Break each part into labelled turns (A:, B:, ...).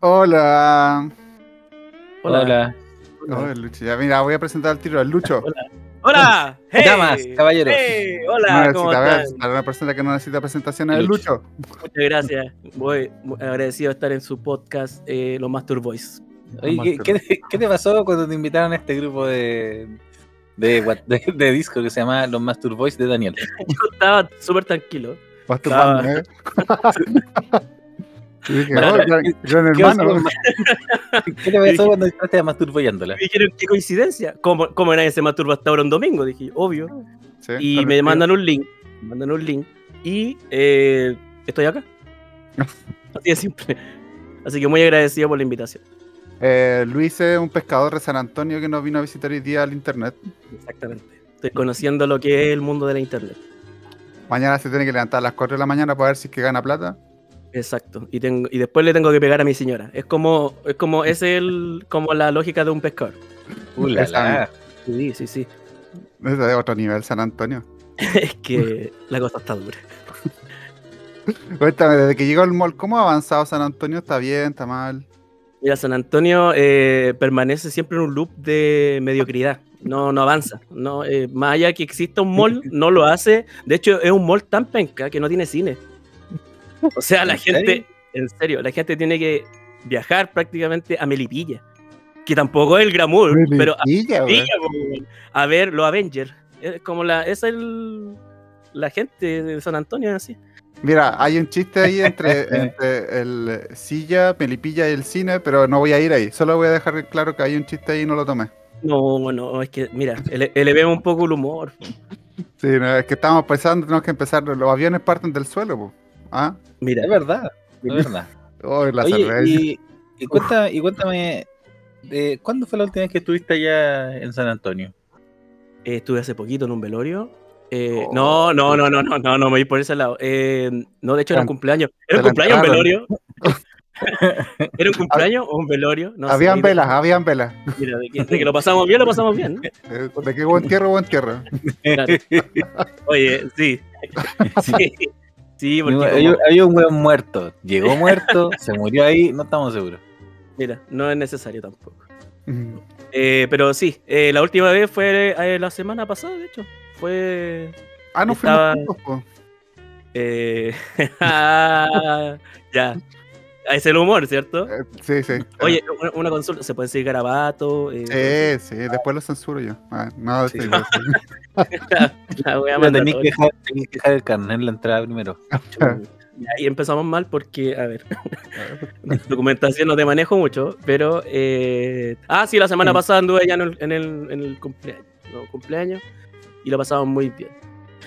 A: Hola.
B: Hola.
C: Hola.
A: Hola, Lucho. Ya, mira, voy a presentar al tiro al Lucho.
B: ¡Hola! ¡Hey!
C: Damas, caballeros.
B: ¡Hey!
A: No
B: ¡Hola!
A: necesita-
B: ¿Cómo
A: a ver,
B: están?
A: para una persona que no necesita presentaciones es
C: Lucho.
A: Lucho.
B: Muchas gracias. Voy muy agradecido de estar en su podcast, eh, Los Master Boys.
C: Oye, ¿qué, qué, te- qué te pasó cuando te invitaron a este grupo de, de, what- de, de disco que se llama Los Master Boys de Daniel?
B: Yo estaba súper tranquilo.
A: Masturbando, ¿eh? Y dije,
C: Claro.
A: oh, gran, gran
C: ¿Qué, pasó
A: hermano.
C: con- ¿Qué te pasó cuando entraste a Masturboyándola?
B: Me dijeron, qué coincidencia. ¿Cómo, cómo nadie se masturba hasta ahora un domingo? Dije, obvio.
A: Sí,
B: Y
A: con
B: me
A: el-
B: mandan un link. Me mandan un link. Y eh, estoy acá. Así de simple. Así que muy agradecido por la invitación.
A: Eh, Luis es un pescador de San Antonio que nos vino a visitar hoy día al internet.
B: Exactamente. Estoy conociendo lo que es el mundo de la internet.
A: Mañana se tiene que levantar a las 4 de la mañana para ver si es que gana plata.
B: Exacto. Y tengo, y después le tengo que pegar a mi señora. Es como, es como, es el, como la lógica de un pescador.
C: Uh, la,
A: Esa
C: la.
B: Sí, sí, sí.
A: Ese Es otro nivel, San Antonio.
B: Es que la cosa está dura.
A: Cuéntame, desde que llegó el mall, ¿cómo ha avanzado San Antonio? ¿Está bien? ¿Está mal?
B: Mira, San Antonio eh, permanece siempre en un loop de mediocridad. No, no avanza. No, eh, más allá que exista un mall, no lo hace. De hecho, es un mall tan penca que no tiene cine. O sea, la
C: ¿En serio?
B: gente, en serio, la gente tiene que viajar prácticamente a Melipilla, que tampoco es el glamour, pero a
A: Melipilla, güey.
B: Melipilla, po, weón. a ver los Avengers. Es como la, es el, la gente de San Antonio, es así.
A: Mira, hay un chiste ahí entre, entre el silla, Melipilla y el cine, pero no voy a ir ahí. Solo voy a dejar claro que hay un chiste ahí y no lo tomé.
B: No, no, es que, mira, ele- elevemos un poco el humor.
A: Sí, no, es que estábamos pensando, tenemos que empezar. Los aviones parten del suelo, po. ¿ah?
B: Mira,
C: Es verdad, es verdad.
A: Oh, la
C: Oye,
A: cerveza.
C: y, y cuéntame, y cuéntame eh, ¿cuándo fue la última vez que estuviste allá en San Antonio?
B: eh, estuve hace poquito en un velorio. Eh,
A: Oh.
B: no, no, no, no, no, no, no me voy por ese lado. Eh, no, de hecho era un
A: Te-
B: cumpleaños. Era un
A: te la
B: cumpleaños, un
A: entraron.
B: velorio. ¿Era un cumpleaños o un velorio? No sé,
A: habían
B: ahí de-
A: velas, habían velas.
B: mira, de, que, de que lo pasamos bien, lo pasamos bien. ¿no?
A: Eh, ¿De qué buen tierra, buen tierra?
B: Claro. Oye, sí. Sí, sí porque
C: No,
B: como-
C: Había había un hueón muerto, llegó muerto, se murió ahí, no estamos seguros.
B: mira, no es necesario tampoco. Eh, pero sí, eh, la última vez fue eh, la semana pasada, de hecho. Fue.
A: Ah, no
B: Estaba-
A: fuimos juntos, po.
B: eh, ah, ya. Ah, Es el humor, ¿cierto?
A: Eh, sí, sí.
B: Oye, una, una consulta, ¿se puede decir garabato? Eh,
A: Sí, sí, después lo censuro yo. Ah, no,
C: Sí.
A: sí, yo sí.
B: la wea
C: Pero tenéis que,
B: mandatoria.
C: dejar, tenéis que dejar el carnet en la entrada primero.
B: Y ahí empezamos mal porque, a ver, documentación no te manejo mucho, pero... eh, Ah, sí, la semana
C: Sí.
B: pasada anduve allá en el, en el- en el cumpleaños, no, cumpleaños y lo pasamos muy bien.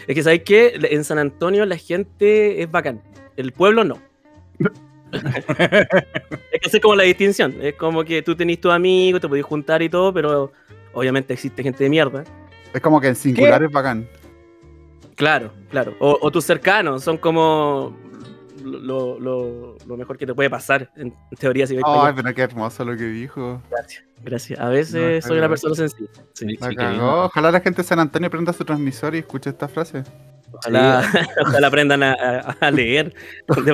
B: Es que, ¿sabes qué? En San Antonio la gente es bacán, el pueblo no. es que esa es como la distinción, es como que tú tenés tus amigos, te podés juntar y todo, pero obviamente existe gente de mierda.
A: Es como que en singular es bacán.
B: Claro, claro. O, o tus cercanos son como lo, lo- lo mejor que te puede pasar, en teoría, si ves
A: Ay, pero qué hermoso lo que dijo.
B: Gracias. Gracias. A
A: No,
B: veces
A: está
B: soy una
A: bien.
B: persona sencilla.
C: Sí,
A: La
C: sí, que
A: cagó.
C: bien.
A: Ojalá la gente de San Antonio prenda su transmisor y escuche esta frase.
B: Ojalá, ojalá aprendan a, a- a leer de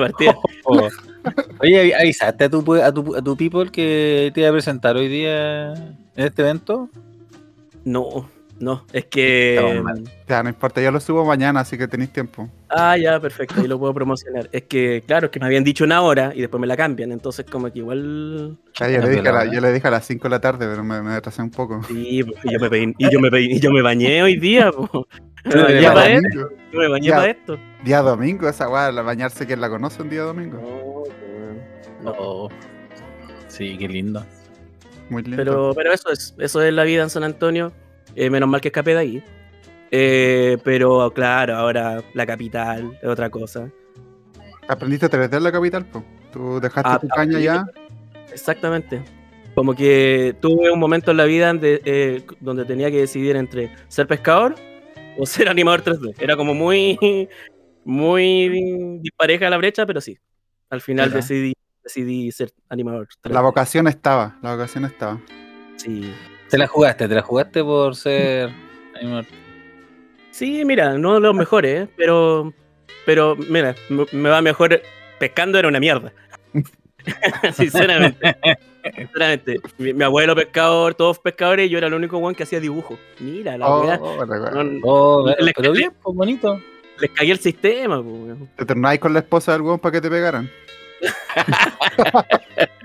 B: partida.
C: Oh. Oye, avi- avisaste a tu, pue- a, tu, a tu people que te iba a presentar hoy día en este evento.
B: No, no. Es que.
C: Estamos mal.
A: Ya, no importa, yo lo subo mañana, así que tenéis tiempo.
B: Ah, ya, perfecto. Ahí lo puedo promocionar. Es que, claro, es que me habían dicho una hora y después me la cambian. Entonces, como que igual.
A: Ya, yo,
C: Ya,
A: le dije a la-
C: pero-
A: yo le dije a las 5 de la tarde, pero me, me retrasé un poco.
B: Sí, pues, y yo me, pein- y yo me, pein- y yo me bañé hoy día. po.
C: Tú
B: Me
C: Ya,
B: bañé
A: día,
B: para esto.
A: domingo,
B: Yo me bañé
A: Ya.
B: para esto.
A: día domingo, esa weá, la bañarse quien la conoce un día domingo.
B: No, pues.
C: Oh. Sí, qué lindo.
A: Muy lindo.
B: Pero, pero eso es, eso es la vida en San Antonio. Eh, menos mal que escapé de ahí. Eh, pero claro, ahora la capital es otra cosa.
A: Aprendiste a 3D en la capital, po. Tú dejaste
B: Ah,
A: tu caña ya.
B: Exactamente. Como que tuve un momento en la vida donde, eh, donde tenía que decidir entre ser pescador o ser animador 3D. Era como muy, muy dispareja la brecha, pero sí. Al final
A: Mira.
B: decidí, decidí ser animador 3D.
A: La vocación estaba, la vocación estaba.
B: Sí.
C: Te la jugaste, te la jugaste por ser animador.
B: Sí, mira, no de los mejores, ¿eh? pero, pero mira, me, me va mejor pescando era una mierda. Sinceramente. Sinceramente. Mi, mi abuelo pescador, todos pescadores, y yo era el único weón que hacía dibujo. Mira, la
A: Oh,
B: weá.
A: la weá.
B: No, no,
C: Oh,
B: Le- le-
C: pero bien, pues bonito.
B: les cagué el sistema, po, weón.
A: Te tornáis con la esposa del weón para que te pegaran.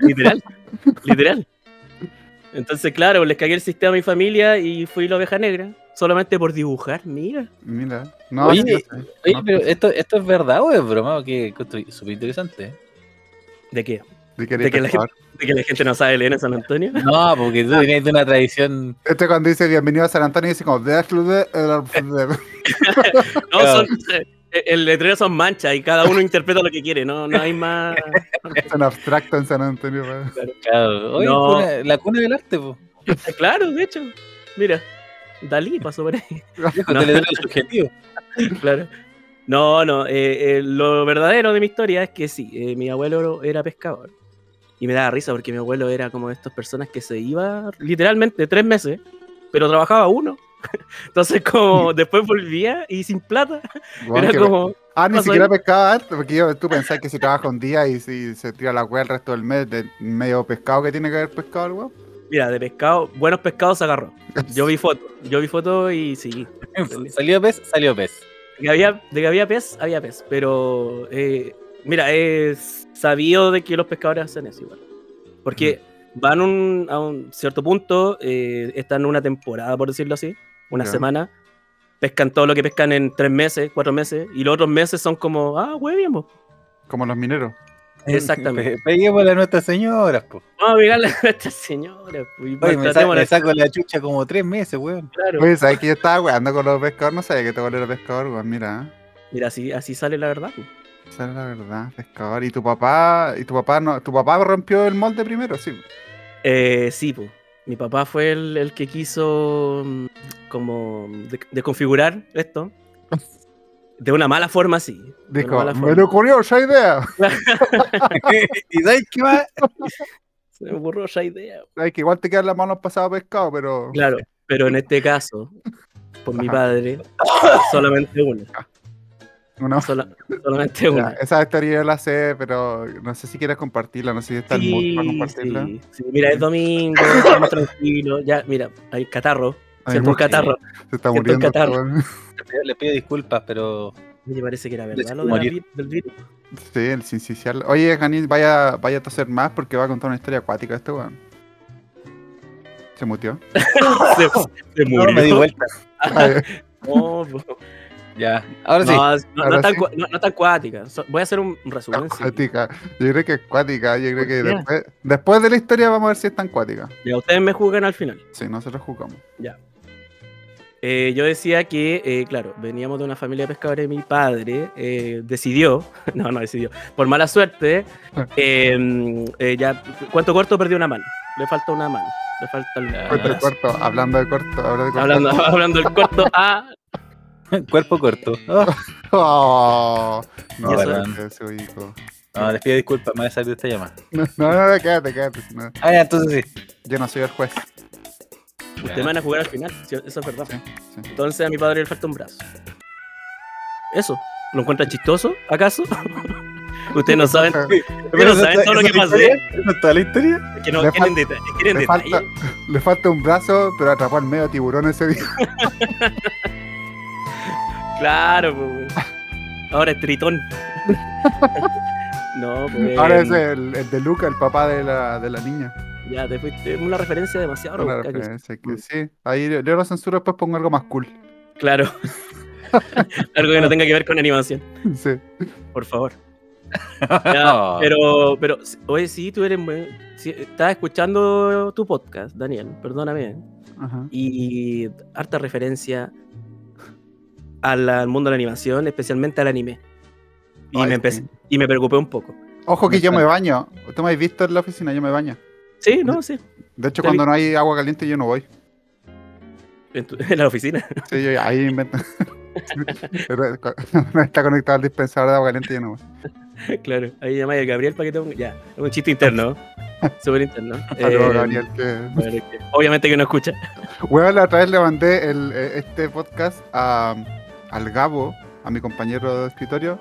B: Literal. literal. Entonces, claro, les cagué el sistema a mi familia y fui la oveja negra. Solamente por dibujar, mira.
A: Mira. No,
C: Oye,
A: sí, yo sé.
C: Oye,
A: No,
C: pero
A: pues,
C: esto, esto es verdad o es broma, que súper interesante. ¿eh?
B: ¿De qué?
A: de que eres
B: de que la
A: pescador.
B: ¿De que la gente no sabe leer en San Antonio?
C: No, porque tú tenías de una tradición.
A: Este cuando dice bienvenido a San Antonio dice como eh, "Death to the-
B: No, son, eh, el letrero son manchas y cada uno interpreta lo que quiere, no, no hay más.
A: tan abstracto en San Antonio. weón.
C: Claro. Oye,
B: No.
C: cuna- la cuna del arte, po.
B: Claro, de hecho. Mira, Dalí pasó por ahí.
C: Viejo,
B: No.
C: te le doy el subjetivo.
B: Claro. No, no, eh, eh, lo verdadero de mi historia es que sí, eh, mi abuelo era pescador. Y me daba risa porque mi abuelo era como de estas personas que se iba literalmente tres meses, pero trabajaba uno. Entonces, como después volvía y sin plata,
A: Weón, que-
B: era como,
A: Ah, ni
B: pasó
A: siquiera
B: ahí?
A: pescaba antes, porque yo, tú pensás que si trabaja un día y si se tira la hueá el resto del mes, de medio pescado que tiene que haber pescado el weón.
B: mira, de pescado, buenos pescados se agarró. Yo vi fotos, yo vi fotos y sí,
C: Salió pez, salió pez.
B: De que había, de que había pez, había pez. Pero, eh, mira, es sabido de que los pescadores hacen eso igual. Porque
C: Mm.
B: van un- a un cierto punto, eh, están una temporada, por decirlo así, una
A: Ya.
B: semana, pescan todo lo que pescan en tres meses, cuatro meses, y los otros meses son como, ah, huevíamos.
A: Como los mineros.
B: Exactamente.
C: Pe- Peguémosle a nuestras señoras, po.
B: Vamos a mirarle a esta señora. pues, y
C: Oye, me, sa-
B: maltratémosla,
C: me saco la chucha como tres meses, weón.
B: claro.
A: Oye, ¿sabes que yo estaba weando con los pescadores? No sabía que te volvieron pescador, weón. Mira, ¿eh?
B: Mira, así, así sale la verdad. pues.
A: esa es la verdad, pescador. Y tu papá, y tu papá no, tu papá rompió el molde primero, sí.
B: Eh, sí, po. mi papá fue el, el que quiso mm, como de- desconfigurar esto. De una mala forma, sí. De una
A: Dijo,
B: mala
A: me le
B: forma.
A: ocurrió esa idea.
C: ¿Y sabes qué más?
B: Se me ocurrió esa idea.
A: Ay, que igual te quedan las manos pasadas a pescado, pero.
B: Claro, pero en este caso, por mi
A: Ajá.
B: padre, solamente una.
A: Una...
B: sola- solamente
A: Ya,
B: una.
A: esa historia yo la sé, pero no sé si quieres compartirla, no sé si está en mood para
B: Sí,
A: compartirla.
B: sí, sí. Mira, es domingo, estamos tranquilos. Ya, mira, hay catarro.
A: Ay,
B: Siento un
A: mujer,
B: catarro.
A: Se está
B: siento un
A: muriendo.
B: catarro.
A: weón.
C: Le pido disculpas, pero
B: Me parece que era
C: Les
B: verdad lo de la
C: morir.
B: vi- del virus.
A: Sí, el sincicial. Oye, Janine, vaya, vaya a toser más porque va a contar una historia acuática este weón. Se mutió.
B: Se, se
C: no, me di
B: murió.
C: vuelta.
A: Ay,
B: No, po.
C: Ya. Ahora sí.
B: No, no-
A: ahora
B: no tan,
A: sí.
B: cua- no- no tan cuática. So- voy a hacer un resumen. sí.
A: acuática. Yo creo que es acuática. Yo creo
B: ¿Por
A: que
B: qué?
A: después, después de la historia vamos a ver si es tan acuática.
B: Ya, ustedes me juzgan al final.
A: Sí, nosotros jugamos.
B: Eh, yo decía que, eh, claro, veníamos de una familia de pescadores. Mi padre eh, decidió, no, no decidió, por mala suerte, eh, mm, eh, ya, cuánto corto perdió una mano. Le falta una mano. Le falta el-
A: Corto,
B: el-
A: corto. Hablando de corto. Hablando de corto.
B: Ah, Hablando, hablando del corto A,
C: Cuerpo corto. Oh,
A: Oh, no,
B: Ya
A: no,
C: saben.
A: eso, hijo.
C: no, les pido disculpas, me voy a salir de esta llamada.
A: No, no, no, quédate, quédate. si no,
C: Ah, ya, entonces sí.
A: yo no soy el juez.
B: ustedes me van a jugar al final. sí, eso es verdad.
A: Sí, sí.
B: Entonces a mi padre le falta un brazo. Eso. ¿Lo encuentran chistoso, acaso? ustedes no saben Pero
C: ¿Eso
B: ¿saben
C: está-
B: todo lo
C: eso
B: que
C: es
B: pasé?
C: historia? ¿Eso es toda la historia?
B: que no
A: Le
B: quieren detalle. quieren
A: le
B: detalle.
A: falta, le falta un brazo, pero atrapó al medio tiburón ese día.
B: Claro, pues. Ahora es Tritón. no, pues.
A: Ahora es eh, el, el de Luca, el papá de la, de la niña.
B: Ya, te fuiste. Una referencia demasiado
A: Una
B: rebuscada,
A: referencia que sí. Ahí yo, yo lo censuro, después pongo algo más
B: Ah.
A: cool.
B: que- Claro. Algo que no tenga que ver con animación,
A: Sí.
B: por favor. Ya, pero, pero, oye, sí, tú eres. muy- sí, estaba escuchando tu podcast, Daniel, perdóname.
A: Ajá.
B: Y harta referencia a la- al mundo de la animación, especialmente al anime. Y,
A: Ay,
B: me,
A: sí.
B: empecé- y me preocupé un poco.
A: Ojo que
C: Me
A: yo me baño. Tú me has visto en la oficina, yo me baño.
B: Sí, no, sí.
A: De hecho,
B: Te
A: cuando no hay agua caliente, yo no voy.
B: En, tu- en la oficina.
A: Sí, yo ahí invento. Pero cuando no está conectado al dispensador de agua caliente, yo no voy.
B: claro. Ahí llamáis a Gabriel para que te ponga- Ya, es un chiste interno. Súper interno.
A: Saludos,
B: Eh,
A: Gabriel. Que...
B: bueno, que- Obviamente que no escucha.
A: Weón, la otra vez le mandé el, eh, este podcast a, al Gabo, a mi compañero de escritorio,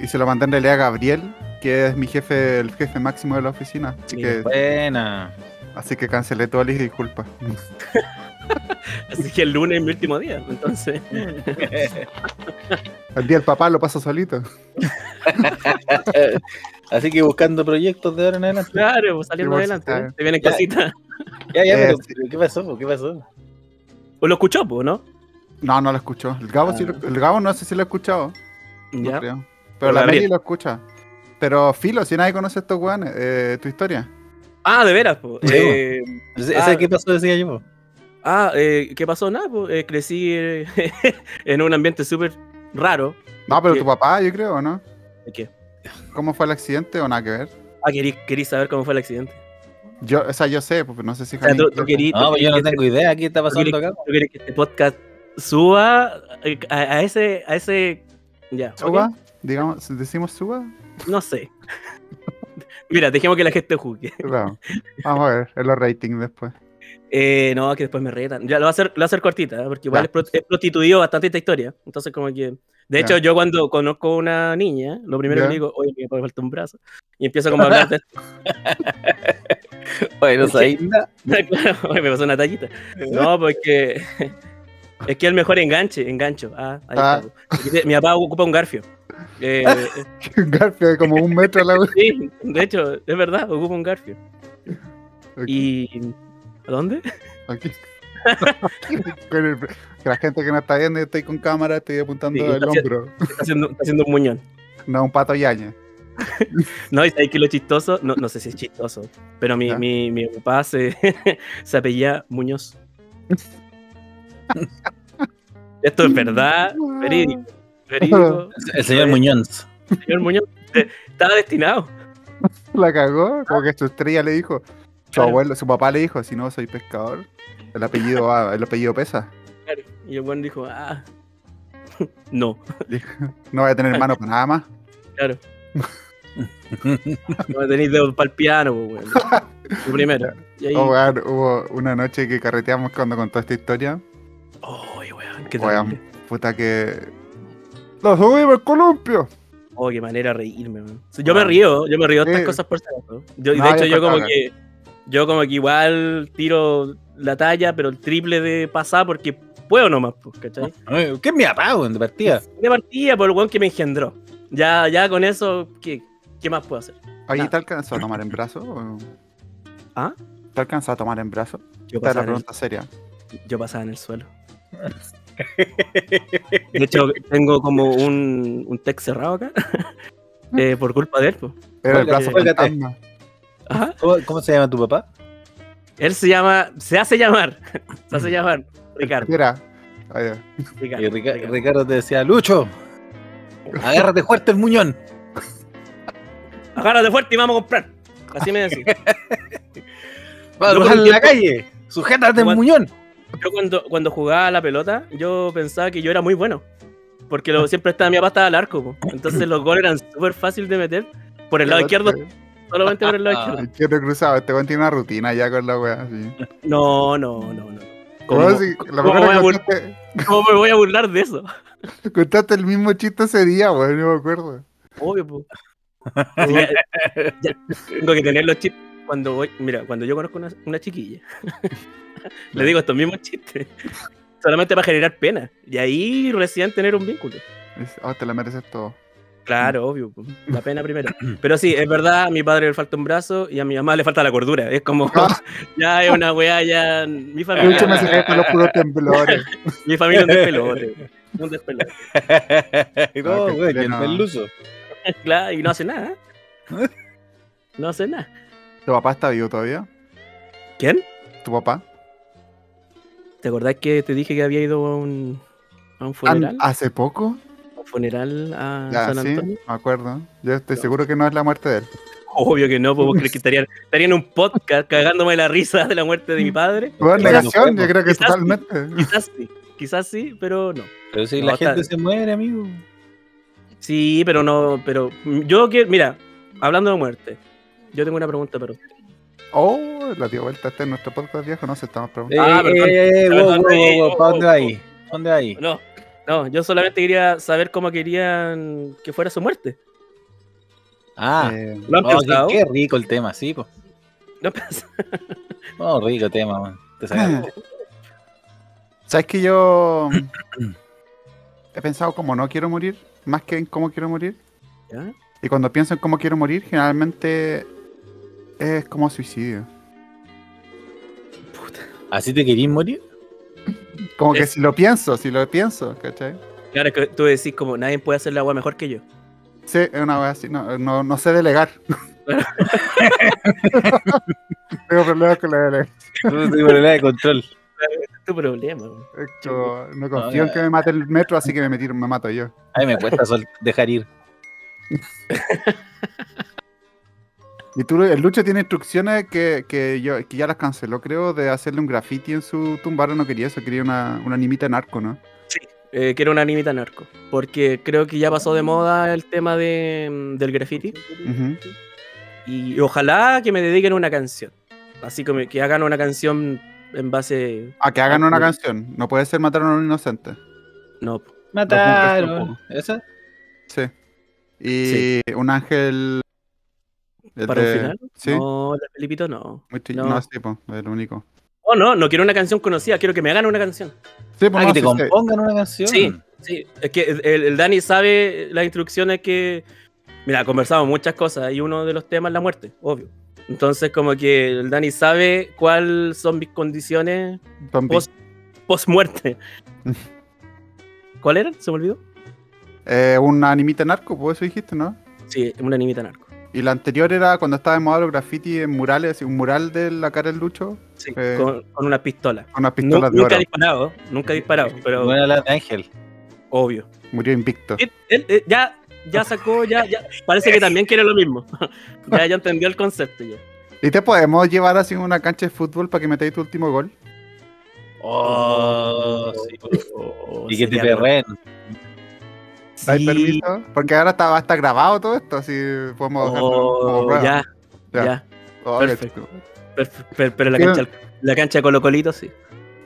A: y se lo mandé en realidad a Gabriel. que es mi jefe, el jefe máximo de la oficina. Así que,
C: Buena.
A: así que cancelé todas las disculpas.
B: Así que el lunes es mi último día. Entonces,
A: El día del papá lo paso solito.
C: Así que buscando proyectos de ahora en adelante.
B: claro, pues, saliendo
A: Sí, pues,
B: adelante.
A: claro.
B: ¿eh? Te vienen
C: Ya.
B: cositas.
C: Ya, ya,
A: Eh,
C: pero,
A: sí.
C: pero ¿qué pasó? po? ¿Qué pasó?
B: O lo escuchó, pues, ¿no?
A: No, no lo escuchó. El Gabo,
C: Ah.
A: sí lo- el Gabo no sé si lo ha escuchado. No
B: Ya.
A: creo.
B: Pero
A: Pero la
B: Gabriel.
A: Meli lo escucha. Pero Filo, si nadie conoce a estos weones, eh, tu historia.
B: Ah, de veras, pues.
C: Sí,
B: Eh,
C: Ese,
B: Ah.
C: ese ¿Qué pasó? Decía yo. po.
B: ah, eh, ¿qué pasó? Nada, pues. eh, crecí eh, en un ambiente súper raro.
A: No, pero
B: Sí.
A: tu papá, yo creo, ¿no?
B: ¿De qué?
A: ¿Cómo fue el accidente o nada que ver?
B: Ah, querí, querí saber cómo fue el accidente.
A: Yo, o sea, yo sé, porque no sé si
B: O sea,
A: Jaime-
B: tú, tú querí- tú
C: No, pues
B: querí
C: yo no
B: que-
C: tengo idea. ¿Qué está
B: tú querí-
C: pasando acá?
B: tú querí que este podcast suba eh, a, a ese. A ese ya.
A: ¿Suba?
B: ¿ok?
A: Digamos, ¿decimos suba?
B: No sé. Mira, dejemos que la gente juzgue.
A: Claro. Vamos a ver, en los ratings después.
B: Eh, no, que después me retan. Ya lo voy a hacer, lo voy a hacer cortita, ¿eh? porque igual
A: Ya.
B: he pro- he prostituido bastante esta historia. Entonces, como que. De hecho,
A: Ya.
B: yo cuando conozco a una niña, lo primero
A: Ya.
B: que le digo, oye, me falta un brazo. Y empiezo como a hablar de
C: Bueno,
B: ¿Qué? Claro, me pasó una tallita. No, porque. Es que el mejor enganche, engancho. Ah, ahí
A: Ah.
B: está. Porque dice, Mi papá ocupa un garfio. Eh,
A: Garfio de como un metro a la vez.
B: sí, de hecho, es verdad, ocupa un garfio. ¿Y a dónde?
A: Aquí. Con el- que la gente que no está viendo, yo estoy con cámara, estoy apuntando
B: Sí,
A: el
B: está haciendo-
A: hombro.
B: Está haciendo, está haciendo un muñón.
A: No, un pato yaña.
B: No, y sabes que lo chistoso, no, no sé si es chistoso, pero mi,
A: Ya.
B: mi, mi papá se, se apellía Muñoz. Esto es verdad, verídico. Verídico,
C: El señor Muñoz.
B: señor Muñoz. eh, Estaba destinado.
A: La cagó, como que su estrella le dijo. Su
B: Claro.
A: abuelo, su papá le dijo, si no soy pescador, el apellido va- el apellido pesa.
B: Claro. Y el buen dijo, ah, no,
A: No voy a tener hermano para nada más.
B: claro, no tenéis dedos para el piano, pues, weón. Lo primero. Y ahí,
A: Oh, weón, hubo una noche que carreteamos cuando contó esta historia.
B: "Ay, weón, qué
A: Weón.
B: terrible".
A: Puta que. ¡La subimos al columpio!
B: Oh, qué manera de reírme, man. O sea, Yo me río, yo me río de estas
A: Sí.
B: cosas por saco. Yo,
A: No,
B: de hecho,
A: ya
B: yo como
A: faltaba.
B: que. Yo como que igual tiro la talla, pero el triple de pasada porque puedo nomás, pues,
A: Ah.
B: ¿cachai?
C: Ay, ¿Qué es mi papá, weón, de partida?
B: De partida por el weón que me engendró. Ya, ya con eso, ¿qué, qué más puedo hacer?
A: Oye,
B: Nah.
A: ¿te alcanzó a tomar en brazo? o-
B: ¿Ah?
A: ¿Te alcanzó a tomar en brazo? Esta es
B: Yo
A: la
B: pasaba, en
A: pregunta seria.
B: el, yo pasaba en el suelo. De hecho, tengo como un, un text cerrado acá. eh, por culpa de él, pues.
A: Era el
C: Cuélgate,
A: brazo
C: cuélgate.
A: fantasma.
B: Ajá.
C: ¿Cómo, cómo se llama tu papá?
B: Él se llama. Se hace llamar. Se hace llamar. Ricardo.
A: Era. Ah, ya.
B: Ricardo,
C: Y Rica-
B: Ricardo.
C: Ricardo te decía, Lucho, agárrate fuerte el muñón.
B: Agárrate fuerte y vamos a comprar. Así me decía.
C: Va a
B: Yo
C: cruzar
B: con
C: en
B: el
C: la calle. Sujétate el
B: Igual-
C: muñón.
B: Yo cuando, cuando jugaba a la pelota, yo pensaba que yo era muy bueno. Porque lo, siempre estaba mi pasta al arco. po. Entonces los goles eran súper fáciles de meter. Por el lado izquierdo, solamente por el lado izquierdo.
A: Izquierdo cruzado. Este weón tiene una rutina ya con la wea. así.
B: No, no, no, no. ¿Cómo,
A: Weón, sí, la
B: cómo
A: primera
B: voy a bur-
A: contaste,
B: cómo me voy a burlar de eso?
A: contaste el mismo chiste ese día, weón. Yo me acuerdo.
B: Obvio, po. Sí, ya- ya tengo que tener los chistes. Cuando voy, mira, cuando yo conozco una, una chiquilla, le digo estos mismos chistes. Solamente para generar pena. Y ahí recién tener un vínculo.
A: Dice, Oh, te la mereces todo.
B: Claro, obvio. po. La pena primero. Pero sí, es verdad, a mi padre le falta un brazo y a mi mamá le falta la cordura. Es como, ya es una weá, ya. Mi
A: Lucho me
B: familia,
A: saqué con los puros
B: eh,
A: temblores.
B: mi familia es un despelote. Un despelote.
A: No,
C: no,
A: que
C: güey, que el
A: pleno.
C: peluso.
B: Claro, y no hace nada. No hace nada.
A: ¿Tu papá está vivo todavía?
B: ¿Quién?
A: ¿Tu papá?
B: ¿Te acordás que te dije que había ido a un, a un
A: Ah,
B: funeral?
A: ¿Hace poco?
B: A un funeral a
A: Ya,
B: San
A: sí,
B: Antonio.
A: me acuerdo. Yo estoy seguro que no es la muerte de él.
B: Obvio que no, porque crees que estarían, estarían en un podcast cagándome la risa de la muerte de mi padre.
A: Bueno,
C: Pero
A: negación,
C: no
A: yo creo que
B: Quizás sí.
A: totalmente.
B: Quizás sí, quizás sí, pero no.
C: Pero si
B: No,
C: la
B: está-
C: gente se muere, amigo.
B: Sí, pero no, pero yo quiero, mira, hablando de muerte, yo tengo una pregunta para usted.
A: Oh, la dio vuelta. Este es nuestro podcast viejo, no se estamos preguntando.
B: Ah, perdón.
C: eh, eh, wow,
B: Perdón,
C: wow,
B: eh,
C: wow, wow,
B: oh,
C: ¿Para
B: oh,
C: dónde
B: oh.
C: va ahí? ¿Para ¿Dónde va ahí?
B: No, no, yo solamente quería saber cómo querían que fuera su muerte.
C: Ah,
A: Eh,
B: ¿Lo han
C: oh,
B: pensado?
C: qué, qué rico el tema, sí, po.
B: ¿Lo han pensado?
C: Oh, rico tema, man. Te
A: Ah.
C: sacaste.
A: ¿Sabes que yo he pensado como no quiero morir? Más que en cómo quiero morir.
B: ¿Ya?
A: Y cuando pienso en cómo quiero morir, generalmente es como suicidio.
C: ¿Así te querís morir?
A: Como que
B: Es-
A: si lo pienso, si lo pienso, ¿cachai?
B: Claro, es que tú decís como nadie puede hacer la agua mejor que yo.
A: Sí, es una wea así. No, no, no sé delegar. Tengo problemas con la delegación.
C: Tú tenés problema de control.
B: Es tu problema. weón.
A: Como,
B: pues.
A: No confío en que me mate el metro, así que me, metí- me mato yo.
C: A mí me cuesta sol- dejar ir.
A: Y tú, el Lucho tiene instrucciones que, que yo, que ya las canceló, creo, de hacerle un graffiti en su tumba. Ahora no quería eso, quería una, una nimita en arco, ¿no?
B: Eh, que era una animita narco. Porque creo que ya pasó de moda el tema de, mm, del graffiti.
A: Ujú.
B: Y ojalá que me dediquen una canción. Así como que hagan una canción en base.
A: A que hagan una
B: Ok.
A: canción. No puede ser matar a un inocente.
B: No,
C: Mataron. ¿Esa?
A: Sí. Y un ángel. el
B: para
A: de-
B: un final.
A: Sí.
B: No, la Felipito no.
A: Muy tri-
B: No.
A: No, sí, po, es lo único.
B: Oh, no, no quiero una canción conocida, quiero que me hagan una canción.
A: Sí, po,
C: Ah,
A: no,
C: que te
A: sí, sí.
C: compongan una canción.
B: Sí. Sí, es que el, el Dani sabe las instrucciones que. Mira, conversamos muchas cosas y uno de los temas es la muerte, obvio. Entonces, como que el Dani sabe cuáles son mis condiciones
A: Zombie.
B: Post- post-muerte. ¿Cuál era? ¿Se me olvidó?
A: Eh, una animita en arco, pues eso dijiste, ¿no?
B: Sí, una animita narco.
A: Y la anterior era cuando estaba en moda los graffiti en murales, así, un mural de la cara del Lucho
B: Sí,
A: Eh.
B: con, con una pistola.
A: con unas pistolas
B: Nu-
A: de
B: nunca
A: oro.
B: he disparado, nunca he disparado, pero
C: Buena la de Ángel.
B: obvio.
A: Murió invicto.
B: Él- él- él ya, ya sacó, ya, ya. Parece que también quiere lo mismo. ya, ya entendió el concepto ya.
A: ¿Y te podemos llevar así a una cancha de fútbol para que metáis tu último gol?
C: Oh, sí.
B: Oh,
C: Y que te
B: sería lo-
C: perren.
A: ¿Dais
B: Sí.
A: permiso? Porque ahora está, está grabado todo esto, así podemos dejarlo como
B: Oh,
A: prueba.
B: ya,
A: Ya.
B: ya.
A: Oh, qué
B: perfecto.
A: chulo.
B: Per- per- pero la
A: Sí.
B: cancha, la cancha de Colo Colito, sí.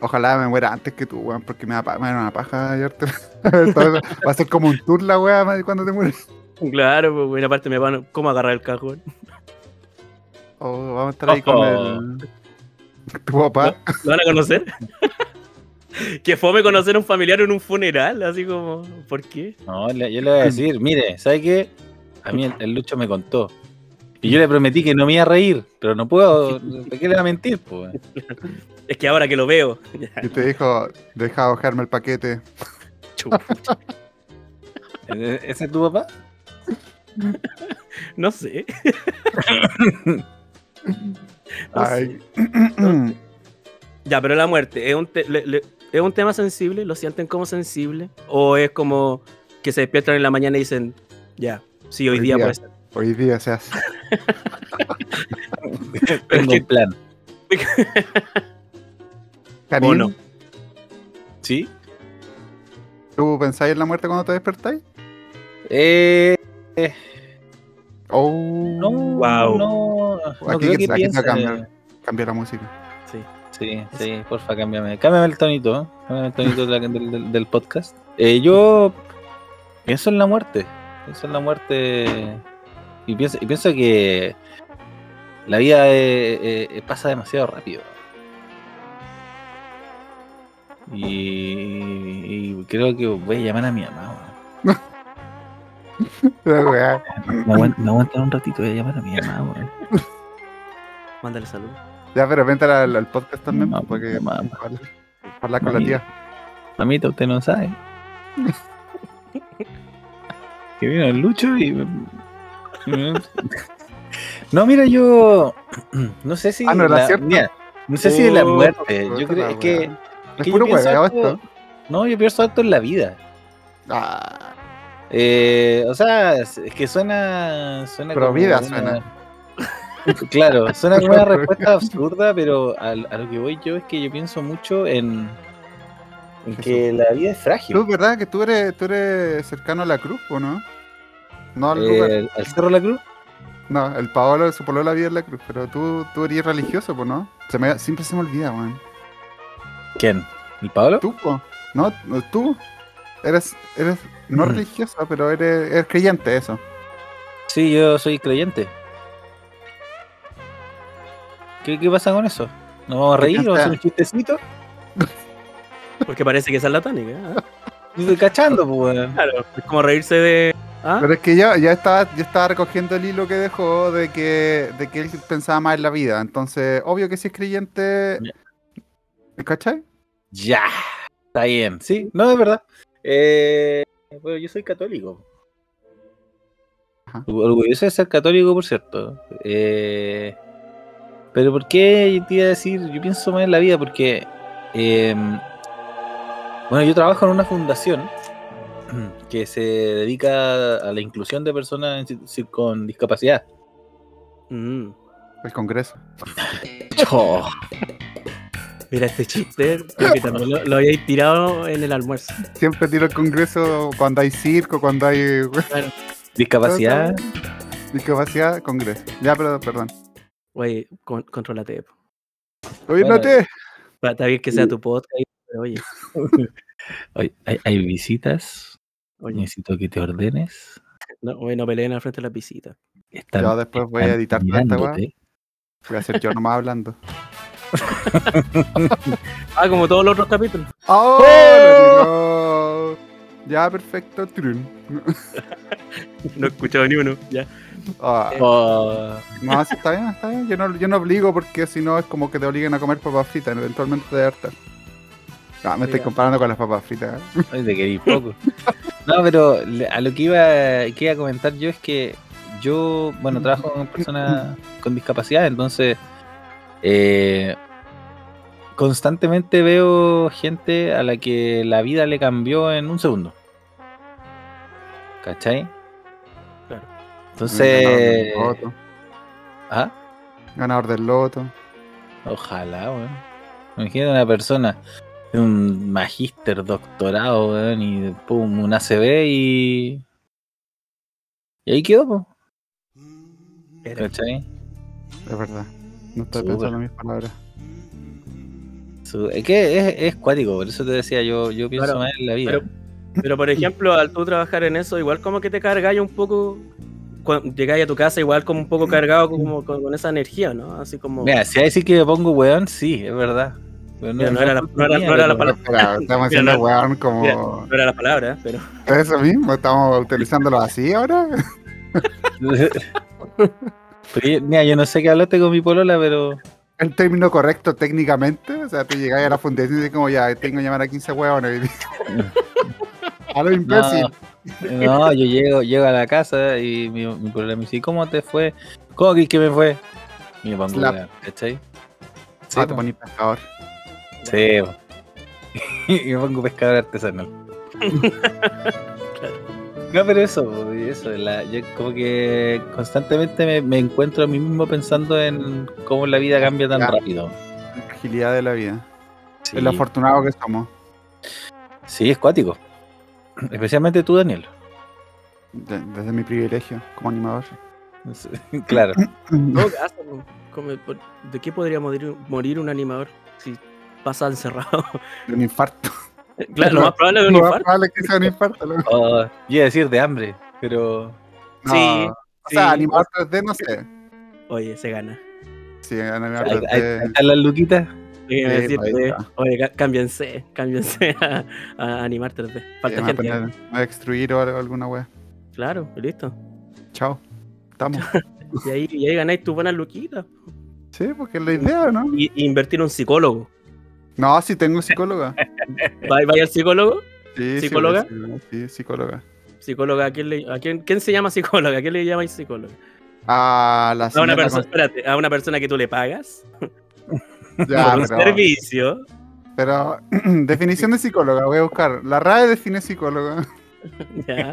A: Ojalá me muera antes que tú, weón, porque me da, pa- me da una paja llevarte- todo eso. Va a ser como un tour la weá madre, cuando te mueres.
B: Claro, pues, bueno, aparte me van a- ¿Cómo agarrar el cajón?
A: O Oh, vamos a estar ahí con el. Tu papá.
B: ¿Lo van a conocer? que fome conocer a un familiar en un funeral, así como, ¿por qué?
C: No, le- yo le voy a decir, mire, ¿sabe qué? A mí el, el Lucho me contó. Y yo le prometí que no me iba a reír, pero no puedo. ¿De qué le voy a mentir? Pues?
B: Es que ahora que lo veo.
A: Y te dijo, deja bajarme el paquete.
B: Chup.
C: ¿E- ¿Ese es tu papá?
B: no sé. No sé.
A: Ay.
B: Ya, pero la muerte, ¿es un, te- le- le- ¿es un tema sensible? ¿Lo sienten como sensible? ¿O es como que se despiertan en la mañana y dicen, ya, sí, hoy,
A: Hoy
B: día,
A: día.
B: puede ser?
A: Hoy día se hace.
C: Tengo
B: que-
C: un plan.
A: Karim,
B: ¿O no?
C: ¿Sí?
A: ¿Tú pensáis en la muerte cuando te despertáis?
C: Eh,
A: Oh,
C: no,
B: Wow.
C: no, no
A: Aquí
C: creo
A: que-
C: que
A: aquí está
C: piense.
A: cambiando. cambia la música.
B: Sí.
C: Sí, sí, porfa, cámbiame. Cámbiame el tonito, ¿eh? cámbiame el tonito de la- del, del- del podcast. Eh, yo pienso en la muerte, pienso en la muerte y pienso, y pienso que la vida eh, eh, eh, pasa demasiado rápido. Y, y creo que voy a llamar a mi mamá.
A: La weá.
C: weón. Me aguant- me aguantan un ratito, voy a llamar a mi mamá. weón.
B: Mándale salud.
A: Ya, pero vente al, al podcast también,
C: Mamá,
A: porque
C: mamá,
A: habla habla con la tía.
C: Mamita, usted no sabe. que vino el Lucho y. no, mira, yo. No sé si.
A: Ah, no era cierto.
C: mira, no sé si de la
B: Oh,
C: muerte. Yo
A: puta
C: creo
A: la
C: es que.
A: weá.
C: que
A: Es
C: yo
A: puro
C: pienso
A: hueveo
C: harto-
A: esto.
C: No, yo pienso harto en la vida.
A: Ah,
C: Eh, o sea, es es que suena. suena
A: Pro
C: como
A: vida
C: una-
A: suena.
C: Claro, suena como una respuesta absurda, pero a, a lo que voy yo es que yo pienso mucho en. en que la vida es frágil.
A: tú, ¿verdad? Que tú eres, tú eres cercano a la cruz, ¿o no? No al lugar.
C: Eh, ¿Al Cerro de la Cruz?
A: No, el Paolo, su polola vive en la cruz, pero tú, tú eres religioso, pues, ¿no? Se me, siempre se me olvida, weón.
C: ¿Quién? ¿El Pablo?
A: Tú, po. No, no, tú. Eres, eres no
C: Mm.
A: religioso, pero eres, eres creyente, eso.
C: Sí, yo soy creyente. ¿Qué, qué pasa con eso? ¿Nos vamos a reír? ¿Vamos a hacer un chistecito?
B: Porque parece que es satánica. ¿eh?
C: Yo estoy cachando, pues. weón.
B: Claro, es como reírse de. ¿Ah?
A: Pero es que ya, ya, estaba, ya estaba recogiendo el hilo que dejó de que, de que él pensaba más en la vida. Entonces, obvio que si es creyente.
C: Ya.
A: ¿Cachai?
C: Ya. Está bien. Sí, no, es verdad. Eh, bueno, yo soy católico.
A: Ajá.
C: Orgulloso de ser católico, por cierto. Eh, pero ¿por qué te iba a decir? Yo pienso más en la vida porque... eh, bueno, yo trabajo en una fundación que se dedica a la inclusión de personas en sit- sit- con discapacidad.
B: Mm.
A: El Congreso. Oh.
B: Mira este chiste, creo que también lo, lo habíais tirado en el almuerzo.
A: Siempre tiro el Congreso cuando hay circo, cuando hay.
C: Discapacidad.
A: Discapacidad, Congreso. Ya, pero, perdón.
B: Oye, con, contrólate. po.
A: Oye,
C: Bueno,
A: Nate,
B: Pa- Está bien que sea tu podcast, pero oye,
C: Oye, hay, hay visitas.
B: oye
C: Necesito que te ordenes.
B: no, oye, no peleen al frente de las visitas.
C: Están-
A: Yo después Pues voy a
C: están
A: editar toda esta weá.
C: mirándote.
A: voy a ser yo nomás hablando.
B: Ah, como todos los otros capítulos.
A: ¡Oh! lo tiró. Ya, perfecto. Trun.
B: No he escuchado ni uno. Ya.
A: Ah,
C: Oh,
A: no, sí, está bien, está bien. Yo no, yo no obligo porque si no es como que te obliguen a comer papas fritas. Eventualmente te hartas. No, me estoy
B: Mira.
A: comparando con las papas fritas. ¿eh?
C: ay, te querí poco. No, pero le- a lo que iba, que iba a comentar yo es que yo, bueno, trabajo con personas con discapacidad, entonces eh, constantemente veo gente a la que la vida le cambió en un segundo. ¿Cachai?
B: Claro.
C: Entonces...
A: Ganador del loto.
C: ¿Ah?
A: Ganador del loto.
C: Ojalá, weón. Imagínate una persona, un magíster, doctorado, weón, y pum, un ACB y. Y ahí quedó, po,
B: Era.
C: ¿cachai?
A: Es verdad. No estoy
C: Súper.
A: pensando en mis palabras.
C: Su- Es que es, es cuático, por eso te decía, yo, yo pienso
B: Claro,
C: más en la vida.
B: pero- Pero por ejemplo, al tú trabajar en eso, igual como que te cargáis un poco. cuan- Llegáis a tu casa igual como un poco cargado como con, con esa energía, ¿no? Así como...
C: Mira, si a decir que me pongo weón, sí, es verdad. Pero
B: Mira, no era la- no era- no era la
C: pero-
B: palabra.
A: Espera, estamos
B: Mira,
A: haciendo
B: no-
A: weón como.
B: mira, No era la palabra, ¿eh? pero...
A: Eso mismo, estamos utilizándolo así ahora.
C: Pero yo- Mira, yo no sé qué hablaste con mi polola, pero.
A: El término correcto técnicamente. O sea, tú llegas a la fundación y dices como ya tengo que llamar a 15 huevones. a lo imbécil.
C: No, yo llego, llego a la casa y mi, mi problema me dice, "¿Y ¿cómo te fue? ¿Cómo crees que me fue? Y me pongo,
A: Slap.
C: weón, ¿cachai? Sí,
A: ah, te
C: po.
A: poní pescador.
C: Sí, po. y me pongo pescador artesanal. No, pero eso, po, y eso, la- yo como que constantemente me, me encuentro a mí mismo pensando en cómo la vida cambia tan
A: Ya.
C: rápido.
A: La fragilidad de la vida.
C: Sí,
A: El afortunado que somos.
C: sí, es cuático. Especialmente tú, Daniel.
A: de- desde mi privilegio como animador.
C: Sí, Claro.
A: Mm.
B: En todo caso, po, como- por- ¿De qué podría morir, morir un animador si pasa encerrado?
A: De un infarto.
B: claro, lo más probable es un
A: Lo más
B: infarto.
A: probable es que sea un infarto. loco.
C: Oh, yo iba a decir de hambre, pero...
A: No,
B: Sí,
A: O sea,
B: sí.
A: animador 3D no sé.
B: Oye, se gana.
A: Sí, animador
C: Ahí, ahí- ahí
A: 3D.
C: están las luquitas.
B: Hay
A: Sí,
B: que decir,
A: ahí
B: eh,
A: está.
B: oye, cá- cámbiense, cámbiense a, a animar 3D. Falta
A: Sí, me voy a
B: gente.
A: poner- me voy eh, a extruir o algo- alguna wea.
B: Claro, y listo.
A: Chao. Estamos.
B: Y ahí, y ahí ganáis tus buenas luquitas.
A: Sí, porque es la idea, ¿no?
B: Y, y invertir en un psicólogo.
A: No, sí tengo psicóloga.
B: ¿Vais vais al psicólogo?
A: Sí, sí,
B: ¿Psicóloga?
A: Sí, sí, psicóloga.
B: ¿Psicóloga? ¿A quién, le- a quién, quién se llama psicóloga? ¿A quién le llamáis psicólogo?
A: A Ah, la
B: A una,
A: señora
B: persona, espérate, a una persona que tú le pagas
A: con- Ya,
B: por un
A: pero-
B: servicio.
A: Pero, definición de psicóloga, voy a buscar. La RAE define psicóloga.
B: Ya.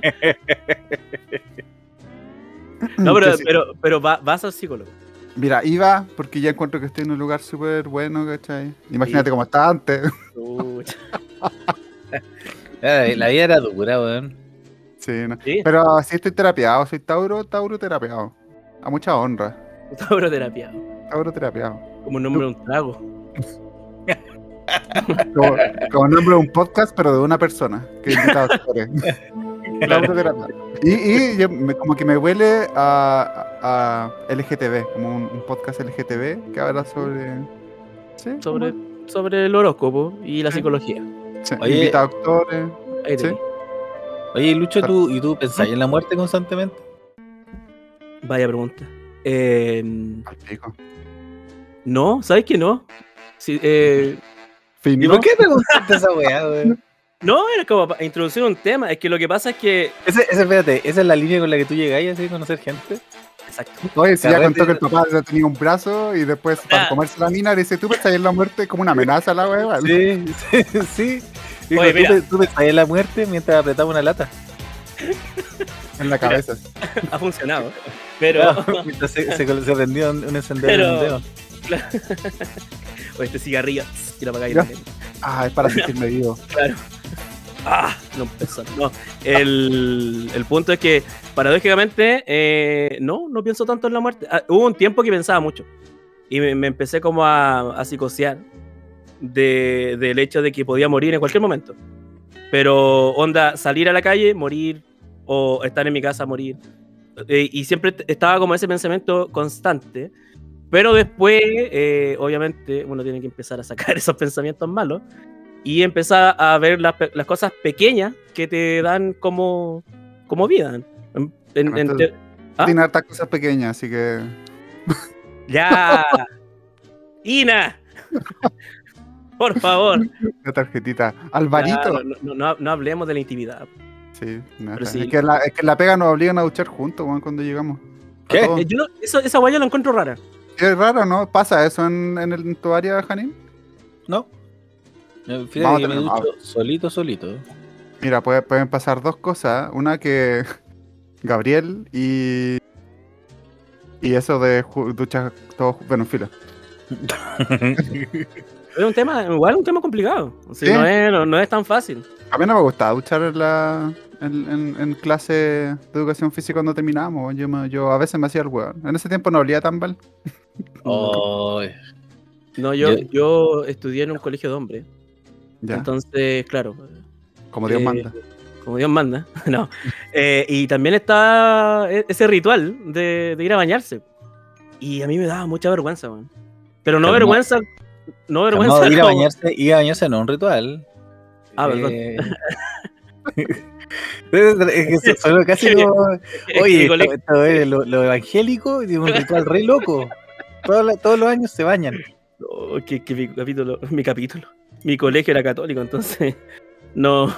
B: No,
A: Que
B: pero,
A: sí.
B: pero, pero va- vas al psicólogo.
A: Mira, iba porque ya encuentro que estoy en un lugar súper bueno, ¿cachai? Imagínate
B: Sí.
A: cómo estaba antes.
B: Chucha.
C: Ay, eh, La vida era dura, weón.
A: Sí, no.
B: Sí,
A: Pero sí estoy terapeado, soy Tauro, Tauro terapeado. A mucha honra.
B: tauroterapia.
A: Tauro terapeado.
B: Como un nombre de un trago.
A: Como, como nombre de un podcast, pero de una persona. Que invitado se pone. La autoterapia. Y, y yo me- como que me huele a, a LGTB, como un, un podcast LGTB que habla sobre. Sí,
B: sobre, sobre el horóscopo y la psicología.
A: sí,
C: Oye.
A: invita a actores.
B: Ahí
A: Sí.
B: tenéis.
C: Oye, Lucho, ¿tú, ¿y tú pensáis en la muerte constantemente?
B: Vaya pregunta. Eh,
A: Al pico.
B: no, ¿sabes que no? Sí, eh,
A: Fin,
C: ¿Y
A: ¿no?
C: por qué te preguntaste esa weá, weón?
B: no, era como para introducir un tema. Es que lo que pasa es que.
C: Ese, ese, espérate, ¿esa es la línea con la que tú llegáis así a conocer gente?
B: Exacto.
A: Oye, si ya
C: Carrete-
A: contó que el papá ya tenía un brazo y después
B: Ah.
A: para comerse la mina le dice, tú pensás en la muerte como una amenaza a la wea.
C: Sí, sí, sí. Dijo,
B: Oye,
C: tú
B: mira.
C: te- tú pensáis en la muerte mientras apretaba una lata.
A: En la cabeza.
B: Ha funcionado. Pero.
C: Mientras se, se, se prendió un un encendedor en
B: Pero-
C: un dedo.
B: o este cigarrillo. tss, Y lo apagáis.
A: Ya.
B: también.
A: Ah, es para sentirme vivo.
B: Ah, no empezó. No. El, el punto es que, paradójicamente, eh, no, no pienso tanto en la muerte. Ah, hubo un tiempo que pensaba mucho. Y me, me empecé como a, a psicosear de- del hecho de que podía morir en cualquier momento. Pero, onda, salir a la calle, morir, o estar en mi casa, morir. Eh, y siempre t- estaba como ese pensamiento constante. Pero después, eh, obviamente, uno tiene que empezar a sacar esos pensamientos malos y empezar a ver las, pe- las cosas pequeñas que te dan como, como vida. En- en- en te- ¿Ah?
A: Tiene hartas cosas pequeñas, así que.
B: ¡Ya! ¡Ina! Por favor.
A: La tarjetita.
B: Ya,
A: Alvarito.
B: no, no- no- no hablemos de la intimidad.
A: Sí, nada.
B: Pero sí.
A: Es, que en la, es que en la pega nos obligan a duchar juntos, weón, cuando llegamos. A
C: ¿Qué?
A: todos.
B: Eh, yo no- eso- esa guaya la encuentro rara.
A: Es raro, ¿no? ¿Pasa eso en, en, el- en tu área, Janín?
C: ¿No? Eh, Fíjate
A: Vamos a
C: que me
A: tener-
C: ducho solito, solito.
A: Mira, puede- pueden pasar dos cosas. Una que Gabriel y. Y eso de ju- duchas todos. ju- Bueno, en fila.
B: Es un tema, igual es un tema complicado. O sea,
A: Sí.
B: no, es, no- no es tan fácil.
A: A mí no me gustaba duchar en, la, en, en- en clase de educación física cuando terminábamos. Yo, me- yo a veces me hacía el weón. En ese tiempo no olía tan mal.
C: Ay.
B: No, yo,
C: Yo-
B: yo estudié en un colegio de hombres.
A: Ya,
B: Entonces, claro,
A: Ah. como Dios
B: eh,
A: manda.
B: como Dios manda. No. Eh, y también está e- ese ritual de, de ir a bañarse. Y a mí me daba mucha vergüenza, weón. Pero no
C: Calma-
B: vergüenza. No vergüenza.
C: No, ir a
B: como-
C: bañarse, ir a bañarse no es un ritual.
B: Ah, perdón.
C: Eh, es que solo casi como. Oye,
B: El colegio-
C: esto- esto es lo, lo evangélico es un ritual re loco. Todos, la- todos los años se bañan.
B: Oh, que, que mi capítulo, mi capítulo, mi colegio era católico, entonces no,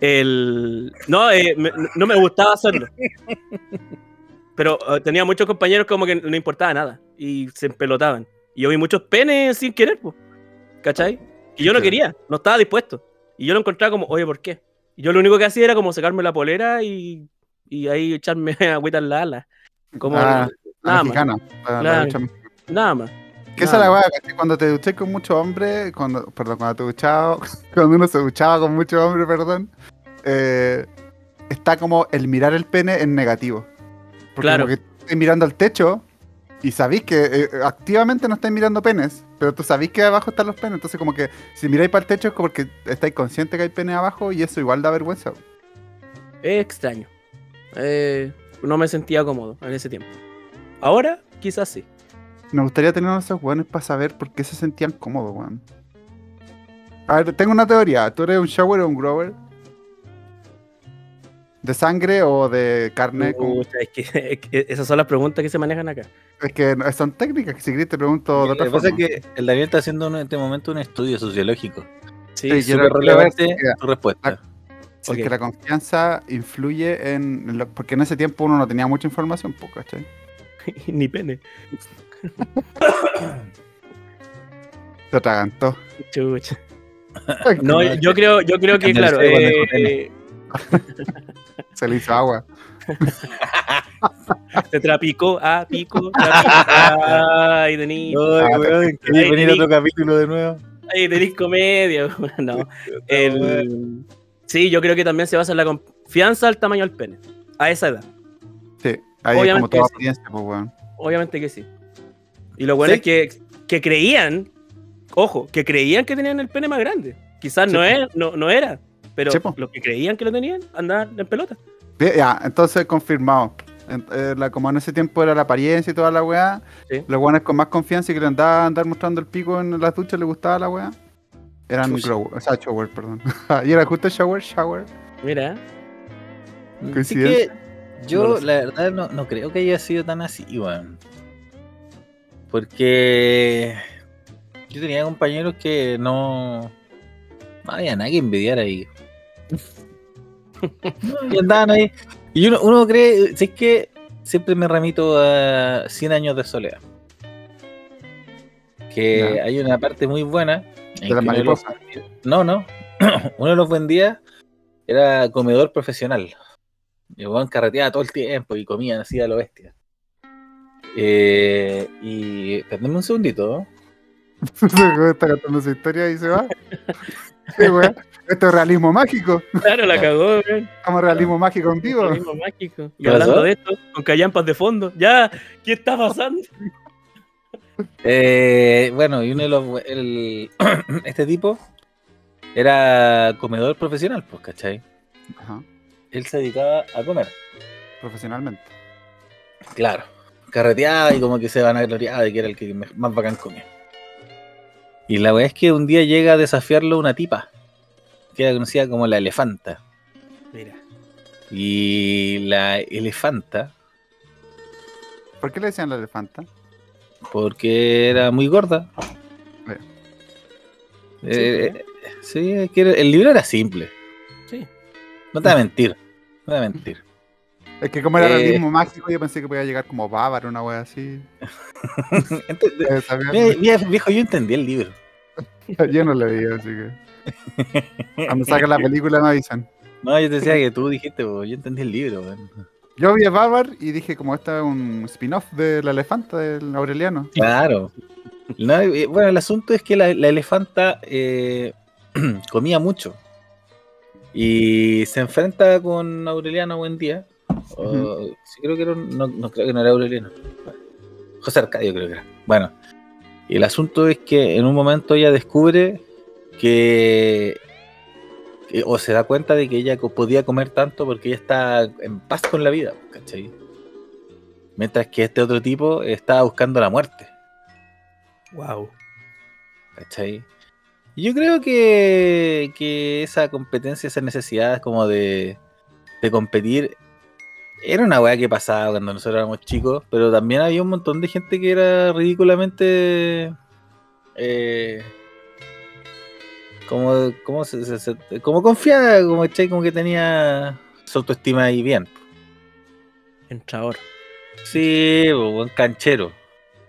B: el, no, eh, me- no me gustaba hacerlo. Pero eh, tenía muchos compañeros como que no importaba nada y se empelotaban. Y yo vi muchos penes sin querer, po, ¿cachai? Y yo no
A: Sí.
B: quería, no estaba dispuesto. Y yo lo encontraba como, oye, ¿por qué? Y yo lo único que hacía era como sacarme la polera y, y ahí echarme agüita en la ala. Como,
A: Ah, La
B: nada, más,
A: mexicana. la- la
B: Claro.
A: ducha
B: nada más.
A: Que esa
B: nada
A: es la
B: más.
A: weá, ¿cachai? cuando te duché con mucho hombre, cuando, perdón, cuando te duchaba, cuando uno se duchaba con mucho hombre, perdón, eh, está como el mirar el pene en negativo. Porque
B: Claro.
A: como que estás mirando al techo y sabéis que eh, activamente no estáis mirando penes, pero tú sabéis que abajo están los penes, entonces como que si miráis para el techo es como que estáis consciente que hay pene abajo y eso igual da vergüenza.
B: Es extraño. Eh, no me sentía cómodo en ese tiempo. Ahora, quizás sí.
A: Me gustaría tener uno de esos weones para saber por qué se sentían cómodos, weón. A ver, tengo una teoría. ¿Tú eres un shower o un grower? ¿De sangre o de carne? Como-
B: Mm, Pucha, es que- es que esas son las preguntas que se manejan acá.
A: Es que no- son técnicas que si querés te pregunto de
C: Lo
A: otra
C: que pasa es
A: forma.
C: que el Daniel está haciendo un- en este momento un estudio sociológico.
A: Sí,
B: Sí,
C: Es
A: quiero-
C: súper
A: quiero ver
C: relevante
A: si-
C: tu respuesta.
B: ok.
A: Porque la confianza influye en... lo- Porque en ese tiempo uno no tenía mucha información, po, ¿cachai?
B: Ni pene.
A: Se atragantó.
B: Chucha. No,
C: Madre.
B: yo creo, yo creo que,
C: En el
B: claro.
C: cebo, en el
B: eh,
A: Se le hizo agua.
B: te trapico, ah, pico, trapico. Ay, tenís,
A: Ah,
C: Ay, weón, quería
B: Ay,
C: venir a
B: Nick.
C: otro capítulo de nuevo.
B: ay, tenís comedia. No. el- sí, yo creo que también se basa en la confianza al tamaño del pene. A esa edad.
A: Sí. Ahí es como
B: Obviamente
A: toda
B: sí.
A: apariencia, pues, weón.
B: Obviamente que sí. Y lo bueno
C: Sí.
B: es que, que creían, ojo, que creían que tenían el pene más grande. Quizás
A: Sí.
B: no, es, no, no era, Pero
A: Sí, po.
B: los que creían que lo tenían andaban en pelota.
A: Bien, Ya, entonces confirmado. En- eh, la- como en ese tiempo era la apariencia y toda la weá,
B: Sí.
A: los weones con más confianza y que le andaba a andar mostrando el pico en las duchas le gustaba la weá. Eran
B: Chucha.
A: grow, o sea, shower, perdón. y era justo shower, shower.
B: Mira, ¿eh?
C: Así que
A: Coincidencia.
C: yo
B: No lo sé.
C: la verdad no, no creo que haya sido tan así, weón. Porque yo tenía compañeros que no, no había nada que envidiar ahí. y andaban ahí. Y uno, uno cree, si es que siempre me remito a 100 años de soledad. Que
A: Ya.
C: hay una parte muy buena. en
A: De las
C: que uno los-
A: mariposas.
C: no, no. Uno de los buen días era comedor profesional. Y el weón carreteaba todo el tiempo y comían así a lo bestia. Eh, y. Espérame un segundito. ¿no?
A: Está contando su historia y se va. Qué weá. Esto es realismo mágico.
B: claro, la cagó, weón.
A: Estamos en realismo mágico en vivo.
B: Realismo mágico. Y
C: ¿Qué
B: hablando
C: pasó?
B: de esto, con callampas de fondo. Ya, ¿qué está pasando?
C: Eh, bueno, y uno de los. bu- el- este tipo era comedor profesional, pues, ¿cachai?
A: Ajá,
C: Él se dedicaba a comer.
A: profesionalmente.
C: Claro. Carreteaba y como que se van a gloriar de que era el que me- más bacán comía. Y la weá es que un día llega a desafiarlo una tipa, que era conocida como la elefanta.
B: Mira,
C: Y la elefanta,
A: ¿Por qué le decían la elefanta?
C: porque era muy gorda.
A: Bueno.
C: Eh, eh, sí, es que era- el libro era simple.
B: sí.
C: No te voy a mentir. No te voy a mentir.
A: Es que como era
C: Eh.
A: realismo mágico, yo pensé que podía llegar como bávaro, una weá así.
C: Ente-
A: Eh, sabía-
C: mira, mira, viejo, yo entendí el libro.
A: Yo no la vi, así que. Cuando sacan la película me avisan.
C: No, yo te decía que tú dijiste, po, yo entendí el libro. weón.
A: Yo vi a Bárbaro y dije, como esta es un spin-off del elefanta, del Aureliano.
C: Claro. No, eh, bueno, el asunto es que la, la elefanta eh, comía mucho. Y se enfrenta con Aureliano buen día. O-
A: Ujú.
C: sí, creo que era un- no, no, creo que no era Aureliano. Bueno, José Arcadio creo que era. Bueno. Y el asunto es que en un momento ella descubre que, que- o se da cuenta de que ella co- podía comer tanto porque ella está en paz con la vida, ¿cachai? Mientras que este otro tipo estaba buscando la muerte.
B: Wow.
C: ¿Cachai? Y Yo creo que, que esa competencia, esa necesidad como de, de competir, era una weá que pasaba cuando nosotros éramos chicos, pero también había un montón de gente que era ridículamente... eh, como, como, se- se- se- como confiada, como, ¿cachai? como que tenía su autoestima ahí bien.
B: Entrador,
C: Sí, un canchero.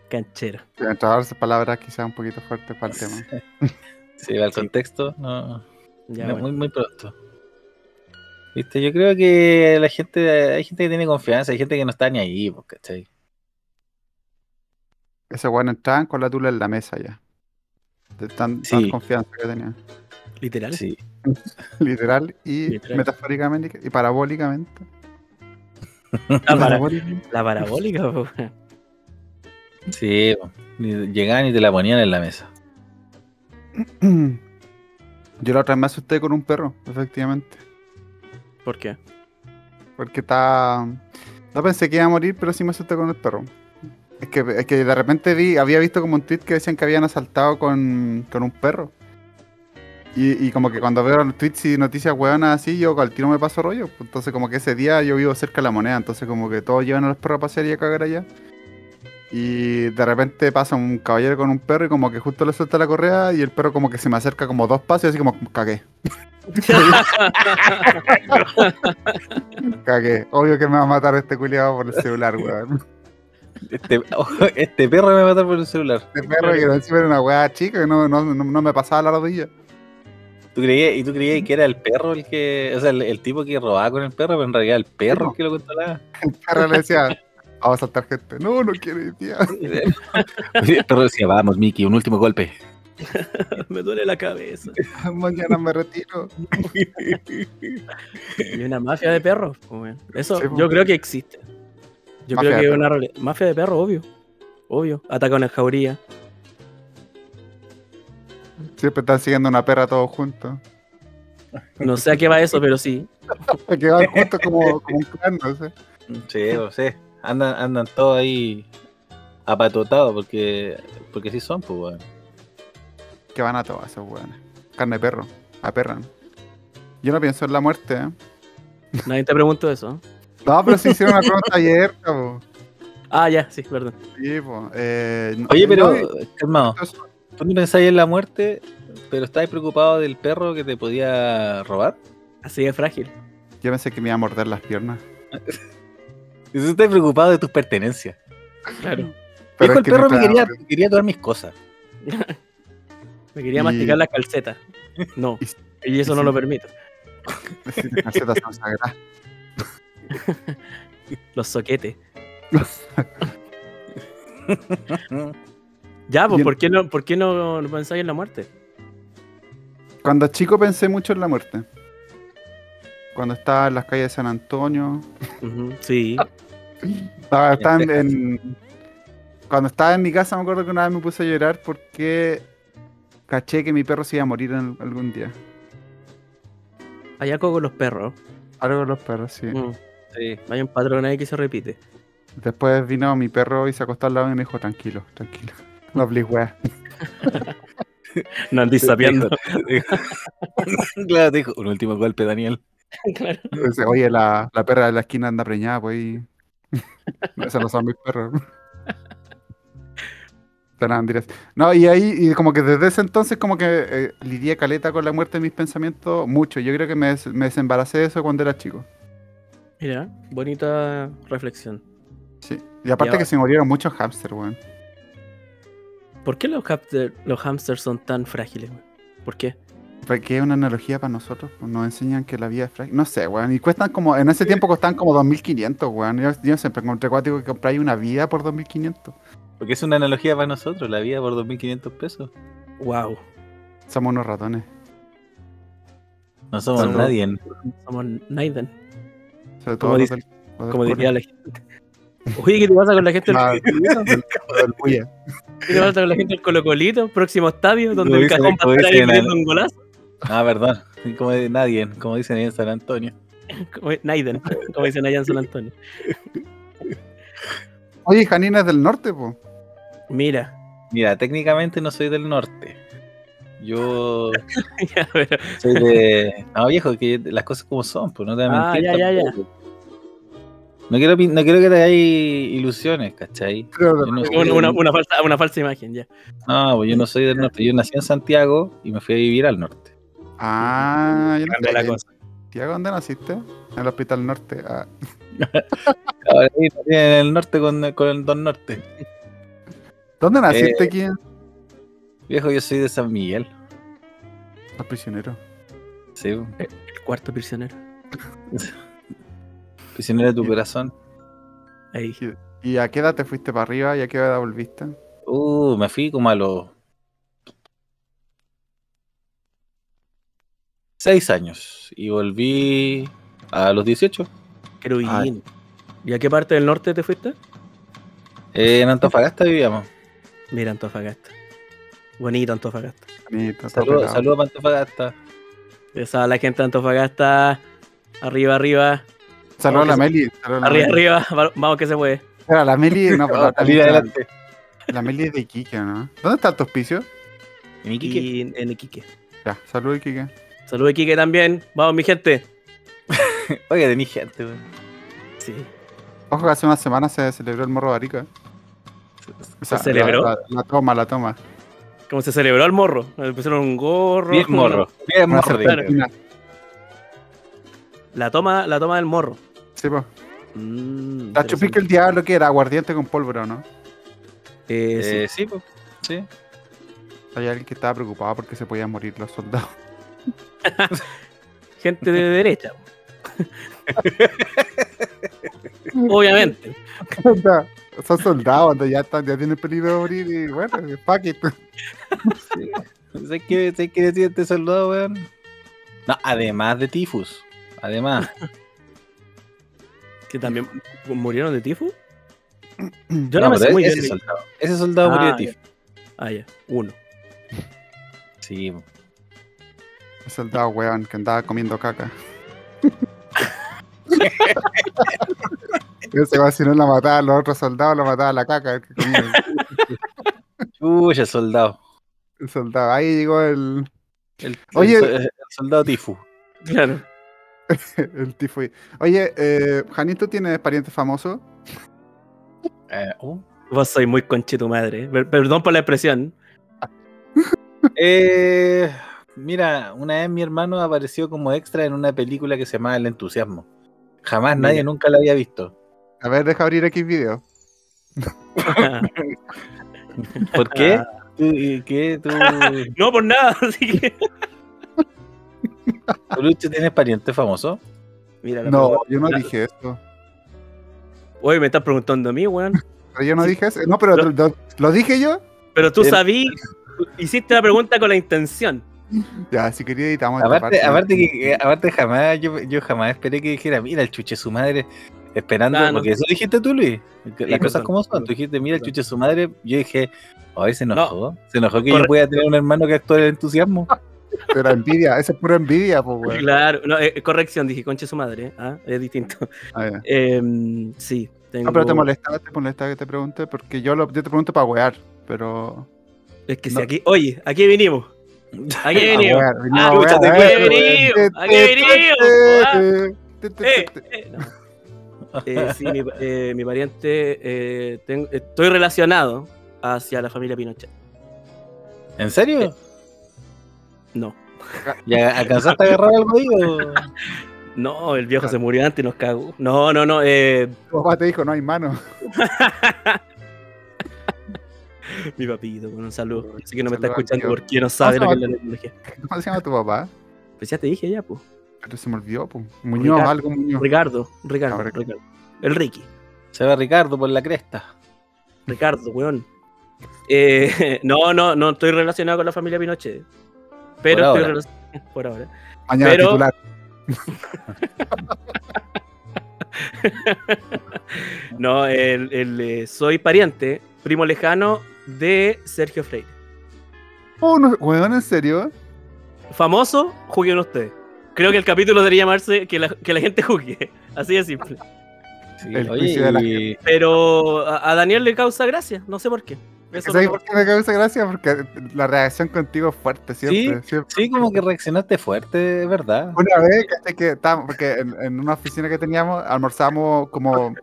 B: canchero.
A: Entrar esas palabras quizás un poquito fuertes para el tema.
C: Sí, al
B: Sí.
C: contexto, no,
B: Ya,
C: No,
B: bueno.
C: muy, muy pronto. Viste, yo creo que la gente, hay gente que tiene confianza, hay gente que no está ni ahí, po, ¿cachai?
A: Ese weón entraban con la tula en la mesa ya. De tan, tan
C: Sí.
A: confianza que tenían.
B: Literal.
C: Sí.
A: Literal y
B: Literal.
A: metafóricamente y parabólicamente.
B: La, Ah, para-
A: Parabólicamente.
B: la parabólica, po, weón.
C: Sí, po. Ni- llegaban y te la ponían en la mesa.
A: Yo la otra vez me asusté con un perro, efectivamente.
B: ¿Por qué?
A: Porque está. No pensé que iba a morir, pero sí me asusté con el perro. Es que, es que de repente vi, había visto como un tweet que decían que habían asaltado con, con un perro. Y, y como que cuando veo los tweets y noticias hueonas así, yo al tiro me paso rollo. Entonces como que ese día yo vivo cerca de la moneda, entonces como que todos llevan a los perros a pasear y a cagar allá. Y de repente pasa un caballero con un perro y como que justo le suelta la correa y el perro como que se me acerca como dos pasos y así como cagué. Cagué. Obvio que me va a matar este culiado por el celular, weón.
C: Este, este perro me va a matar por el celular.
A: Este perro que encima era una weá chica que no, no, no- no me pasaba la rodilla.
C: ¿Tú creías, y tú creías que era el perro el que, o sea, el, el tipo que robaba con el perro, pero en realidad el perro el que lo controlaba.
A: El perro le decía, vamos a saltar gente. No, no quiero ir, tía.
C: pues. El perro decía, vamos, Mickey, un último golpe.
B: Me duele la cabeza.
A: Mañana me retiro.
B: Y una mafia de perros, po, weón. Eso
A: Sí, po.
B: yo creo que existe. Yo
A: Mafia
B: creo
A: de
B: que es una rela- mafia de perros, obvio. Obvio. Atacan en jauría.
A: Siempre están siguiendo una perra todos juntos.
B: No sé a qué va eso, pero sí.
A: Que van juntos como, como un clan, no sé.
C: Sí, lo sé. Andan, andan todos ahí apatotados porque, porque sí son, pues, weón.
A: Que van a todas esas weones. Carne de perro. Aperran. Yo no pienso en la muerte, ¿eh?
B: Nadie te preguntó eso. ¿eh?
A: No, pero se hicieron una pregunta ayer, po.
B: Ah, ya, sí, perdón.
A: Sí, po. Eh, no-
C: Oye, pero,
A: no, y-
C: calmado, ah, tú no pensáis en la muerte, pero estáis preocupado del perro que te podía robar.
B: Así de frágil.
A: Yo pensé que me iba a morder las piernas.
C: Y tú estás preocupado de tus pertenencias.
B: Claro.
C: Dijo
A: Pero es
C: el
A: que
C: perro que
A: mientras-
C: quería, quería tomar mis cosas.
B: Me quería
A: Y-
B: masticar la calceta. No.
A: Y si-
B: Y eso
A: y
B: no
A: si-
B: lo permito.
A: Sí, las calcetas son sagradas.
B: Los soquetes.
C: Mm.
B: Ya, pues,
A: Y-
B: ¿por qué no, por qué no, no pensáis en la muerte?
A: Cuando chico pensé mucho en la muerte. Cuando estaba en las calles de San Antonio.
B: Ujú, Sí.
A: Estaba, estaba en,
C: Texas.
A: en- cuando estaba en mi casa me acuerdo que una vez me puse a llorar porque caché que mi perro se iba a morir en- algún día.
B: Hay algo con los perros.
A: Algo de los perros, sí.
B: Mm,
C: Sí.
B: Hay un patrón ahí que se repite.
A: Después vino mi perro y se acostó al lado y me dijo, tranquilo, tranquilo. No hables weá.
B: No andís sabiendo.
C: claro, te dijo, un último golpe, Daniel.
B: claro.
A: Dice, Oye, la, la perra de la esquina anda preñada, pues. y- Esos no son mis perros. Están andiras. No, y ahí, y como que desde ese entonces, como que eh, lidié caleta con la muerte en mis pensamientos mucho. Yo creo que me, des- me desembaracé de eso cuando era chico.
B: Mira, bonita reflexión.
A: Sí. Y aparte
B: Ya.
A: que se murieron muchos hámster, weón.
B: ¿Por qué los, hamster- los hamsters son tan frágiles? güey? ¿Por qué?
A: Porque es una analogía para nosotros. pues, Nos enseñan que la vida es frágil. No sé, weón. Y cuestan como, en ese tiempo costaban como 2.500, weón. Yo, yo siempre encontré cuático que compráis una vida por 2.500.
C: Porque es una analogía para nosotros, la vida por 2.500 pesos.
B: Wow.
A: Somos unos ratones.
C: No somos
B: Somos-
C: nadie.
B: Somos Naiden.
A: Sobre todo
B: Como
A: los
B: dice-
A: del- los del
B: Como
A: culo.
B: diría la gente. Oye, ¿qué te pasa con la gente? del-
A: Ah, del bulla.
B: ¿Qué te pasa con la gente del Colocolito? Próximo estadio, donde
C: Lo
B: el
C: dice-
B: cajón
C: lo
B: va a estar ahí
C: dice
B: metiendo un golazo.
C: Ah, perdón. Como de nadie, como dicen ahí en San Antonio.
B: Como- Naiden, como dicen allá en San Antonio.
A: Oye, Janina es del norte, po.
B: Mira,
C: Mira, técnicamente no soy del norte. Yo
B: ya, pero-
C: soy de. No, viejo, que las cosas como son, pues no te voy a
B: Ah,
C: mentir
B: ya, ya, ya.
C: tampoco. No quiero, pin- no quiero que te hagáis ilusiones, ¿cachai? Yo no soy-
B: una, una- una falsa, una falsa imagen, ya.
C: No, pues yo no soy del norte. Yo nací en Santiago y me fui a vivir al norte.
A: Ah, yo no
B: Cambia la
A: sé.
B: cosa.
A: Santiago, ¿dónde naciste? En el Hospital Norte. Ah,
C: Ahora ahí nací en el norte con, con el Don Norte.
A: ¿Dónde
B: Eh.
A: naciste aquí? en-
C: Viejo, yo soy de San Miguel.
A: Los prisioneros.
C: Sí,
B: El cuarto prisionero.
C: prisionero de tu corazón.
B: Ahí.
A: ¿Y a qué edad te fuiste para arriba y a qué edad volviste?
C: Uh, me fui como a los seis años y volví a los 18
B: Querubín. ¿Y a qué parte del norte te fuiste?
C: Eh, en Antofagasta vivíamos.
B: Mira, Antofagasta. Bonito Antofagasta.
A: Bonito,
C: Saludos
A: todo
C: saludo para Antofagasta.
B: Ah, Esa la gente de Antofagasta. Arriba, arriba.
A: pelado. Saludos a la
B: Saludos.
A: Meli. saludos a la
B: Arriba,
A: Meli.
B: arriba. va- Vamos que se puede.
A: Espera, la Meli. No, pero la,
C: Salir
A: la,
C: adelante.
A: la Meli es de Iquique, ¿no? ¿Dónde está tu hospicio?
C: En Iquique.
B: Y en Iquique.
A: Ya, saludos Iquique.
B: Saludos, Iquique también. Vamos, mi gente.
C: Oye, tenés gente, weón.
B: Sí.
A: Ojo que hace una semana se celebró el morro de Arica. O sea,
B: ¿Se celebró?
A: La, la- la toma, la toma.
B: Como se celebró el morro. Le pusieron un gorro.
C: Bien morro. Bien
A: Una
C: morro.
A: serpentina.
B: La toma, la toma del morro.
A: Sí, po.
B: Mm,
A: La chupica el diablo que era aguardiente con pólvora, ¿no?
B: Eh, sí.
C: Eh, sí, po. sí.
A: Hay alguien que estaba preocupado porque se podían morir los soldados.
B: gente de derecha. Obviamente.
A: Onda, Son soldados, onda, ya, están, ya tienen peligro de morir y bueno, eh, fuck it.
C: ¿Sabes qué, ¿Sabes qué decía este soldado, weón? No, además de tifus. Además.
B: Que también murieron de tifo. Yo no,
C: pero
B: me sé muy
C: ese,
B: bien. de-
C: soldado. Ese soldado
B: Ah,
C: murió de
B: ya.
C: tifus.
B: Ah, ya. Uno.
C: Sí.
A: El soldado, weón, que andaba comiendo caca. Ese weón, si no la mataba a los otros soldados, lo mataba a la caca. El, que comía.
C: Chucha, soldado.
A: El soldado. Ahí llegó el,
C: El,
A: Oye.
C: el so- el soldado Tifu.
B: Claro.
A: el tifoide. Oye, eh, Janito tiene parientes famosos.
C: Eh, uh.
B: Vos sois muy conche tu madre. Per- Perdón por la expresión.
C: Eh, mira, una vez mi hermano apareció como extra en una película que se llamaba El Entusiasmo. Jamás
B: Mira.
C: nadie nunca la había visto.
A: A ver, deja abrir X video.
C: ¿Por qué? Ah, ¿Tú, y ¿Qué? ¿Tú,
B: no por nada, así que.
C: tú, Lucho, tienes pariente famoso?
B: Mira, la
A: No,
B: pregunta-
A: yo no
B: la-
A: dije eso.
B: Oye, me estás preguntando a mí, weón.
A: Pero yo no dije eso. No, pero
B: Lo-
A: lo, lo dije yo.
B: Pero tú
C: Eh,
B: sabí, hiciste la pregunta con la intención.
A: Ya, si quería editamos esta
C: Aparte,
A: parte.
C: aparte, que, eh, aparte jamás, yo, yo jamás esperé que dijera, mira el chuche su madre, esperando,
B: Ah, no.
C: porque eso dijiste tú, Luis. que Las cosas
B: Sí, perdón,
C: como son,
B: perdón,
C: tú dijiste, mira el
B: perdón.
C: chuche su madre, yo dije, ay, se enojó, se enojó que
B: Corre-
C: yo pueda tener un hermano que actúa el entusiasmo.
A: Pero envidia, esa es pura envidia, pues, weón.
B: Claro, no, eh, corrección, dije, conche su madre. ¿eh? Ah, es distinto.
A: Ah, ya.
B: Em, sí, tengo.
A: No, Ah, pero te molestaba, te molestaba que te pregunte, porque yo, lo, yo te pregunto para wear, pero.
B: Es que si
A: no.
B: aquí. Oye, aquí vinimos. Aquí
A: Pa'
B: vinimos.
A: wear, vinimos a
B: Ah,
A: wear,
C: escúchate,
A: a
C: pues,
A: ver,
B: venimos,
A: weón.
B: aquí venimos,
A: Te, te,
B: ah. Eh,
A: te, te, te.
B: eh, no. Eh, sí, mi, eh, mi pariente. eh, tengo- estoy relacionado hacia la familia Pinochet.
C: ¿En serio?
B: No.
C: ¿Ya alcanzaste a agarrar algo ahí o...?
B: No, el viejo se murió antes y nos cagó. No, no, no. eh,
A: Tu papá te dijo, no hay mano.
B: mi papito, bueno, un saludo. Así que no me está
A: Saludo al
B: escuchando
A: tío.
B: porque no sabe lo
A: Ah, No,
B: que
A: no,
B: es la tecnología.
A: ¿Cómo se llama tu papá?
B: Pues ya te dije ya, pues.
A: Pero se me olvidó, pues. Muñoz,
B: Ricardo.
A: algo Muñoz.
B: Ricardo, Ricardo,
A: Ahora que-
B: Ricardo. El Ricky,
C: Se va Ricardo por la cresta.
B: Ricardo, weón. Eh, no, no, no estoy relacionado con la familia Pinochet. Pero
C: Por
B: estoy
C: ahora.
B: relacionado por ahora.
A: Mañana
B: Pero-
A: titular.
B: No, el, el, eh, soy pariente, primo lejano de Sergio Freire.
A: Oh, no, weón, ¿en serio?
B: Famoso, juzguen ustedes. Creo que el capítulo debería llamarse Que la, que la gente juzgue. Así de simple.
C: Sí,
A: El
C: oye,
A: juicio de la
C: y-
B: Pero a, a Daniel le causa gracia, no sé por qué. Eso
A: ¿Sabes
B: no-
A: por qué me causa gracia? Porque la reacción contigo es fuerte, siempre. siempre.
C: sí, como que reaccionaste fuerte, ¿verdad?
A: Una vez, ¿cachai? que estábamos, porque en, en una oficina que teníamos, almorzábamos como en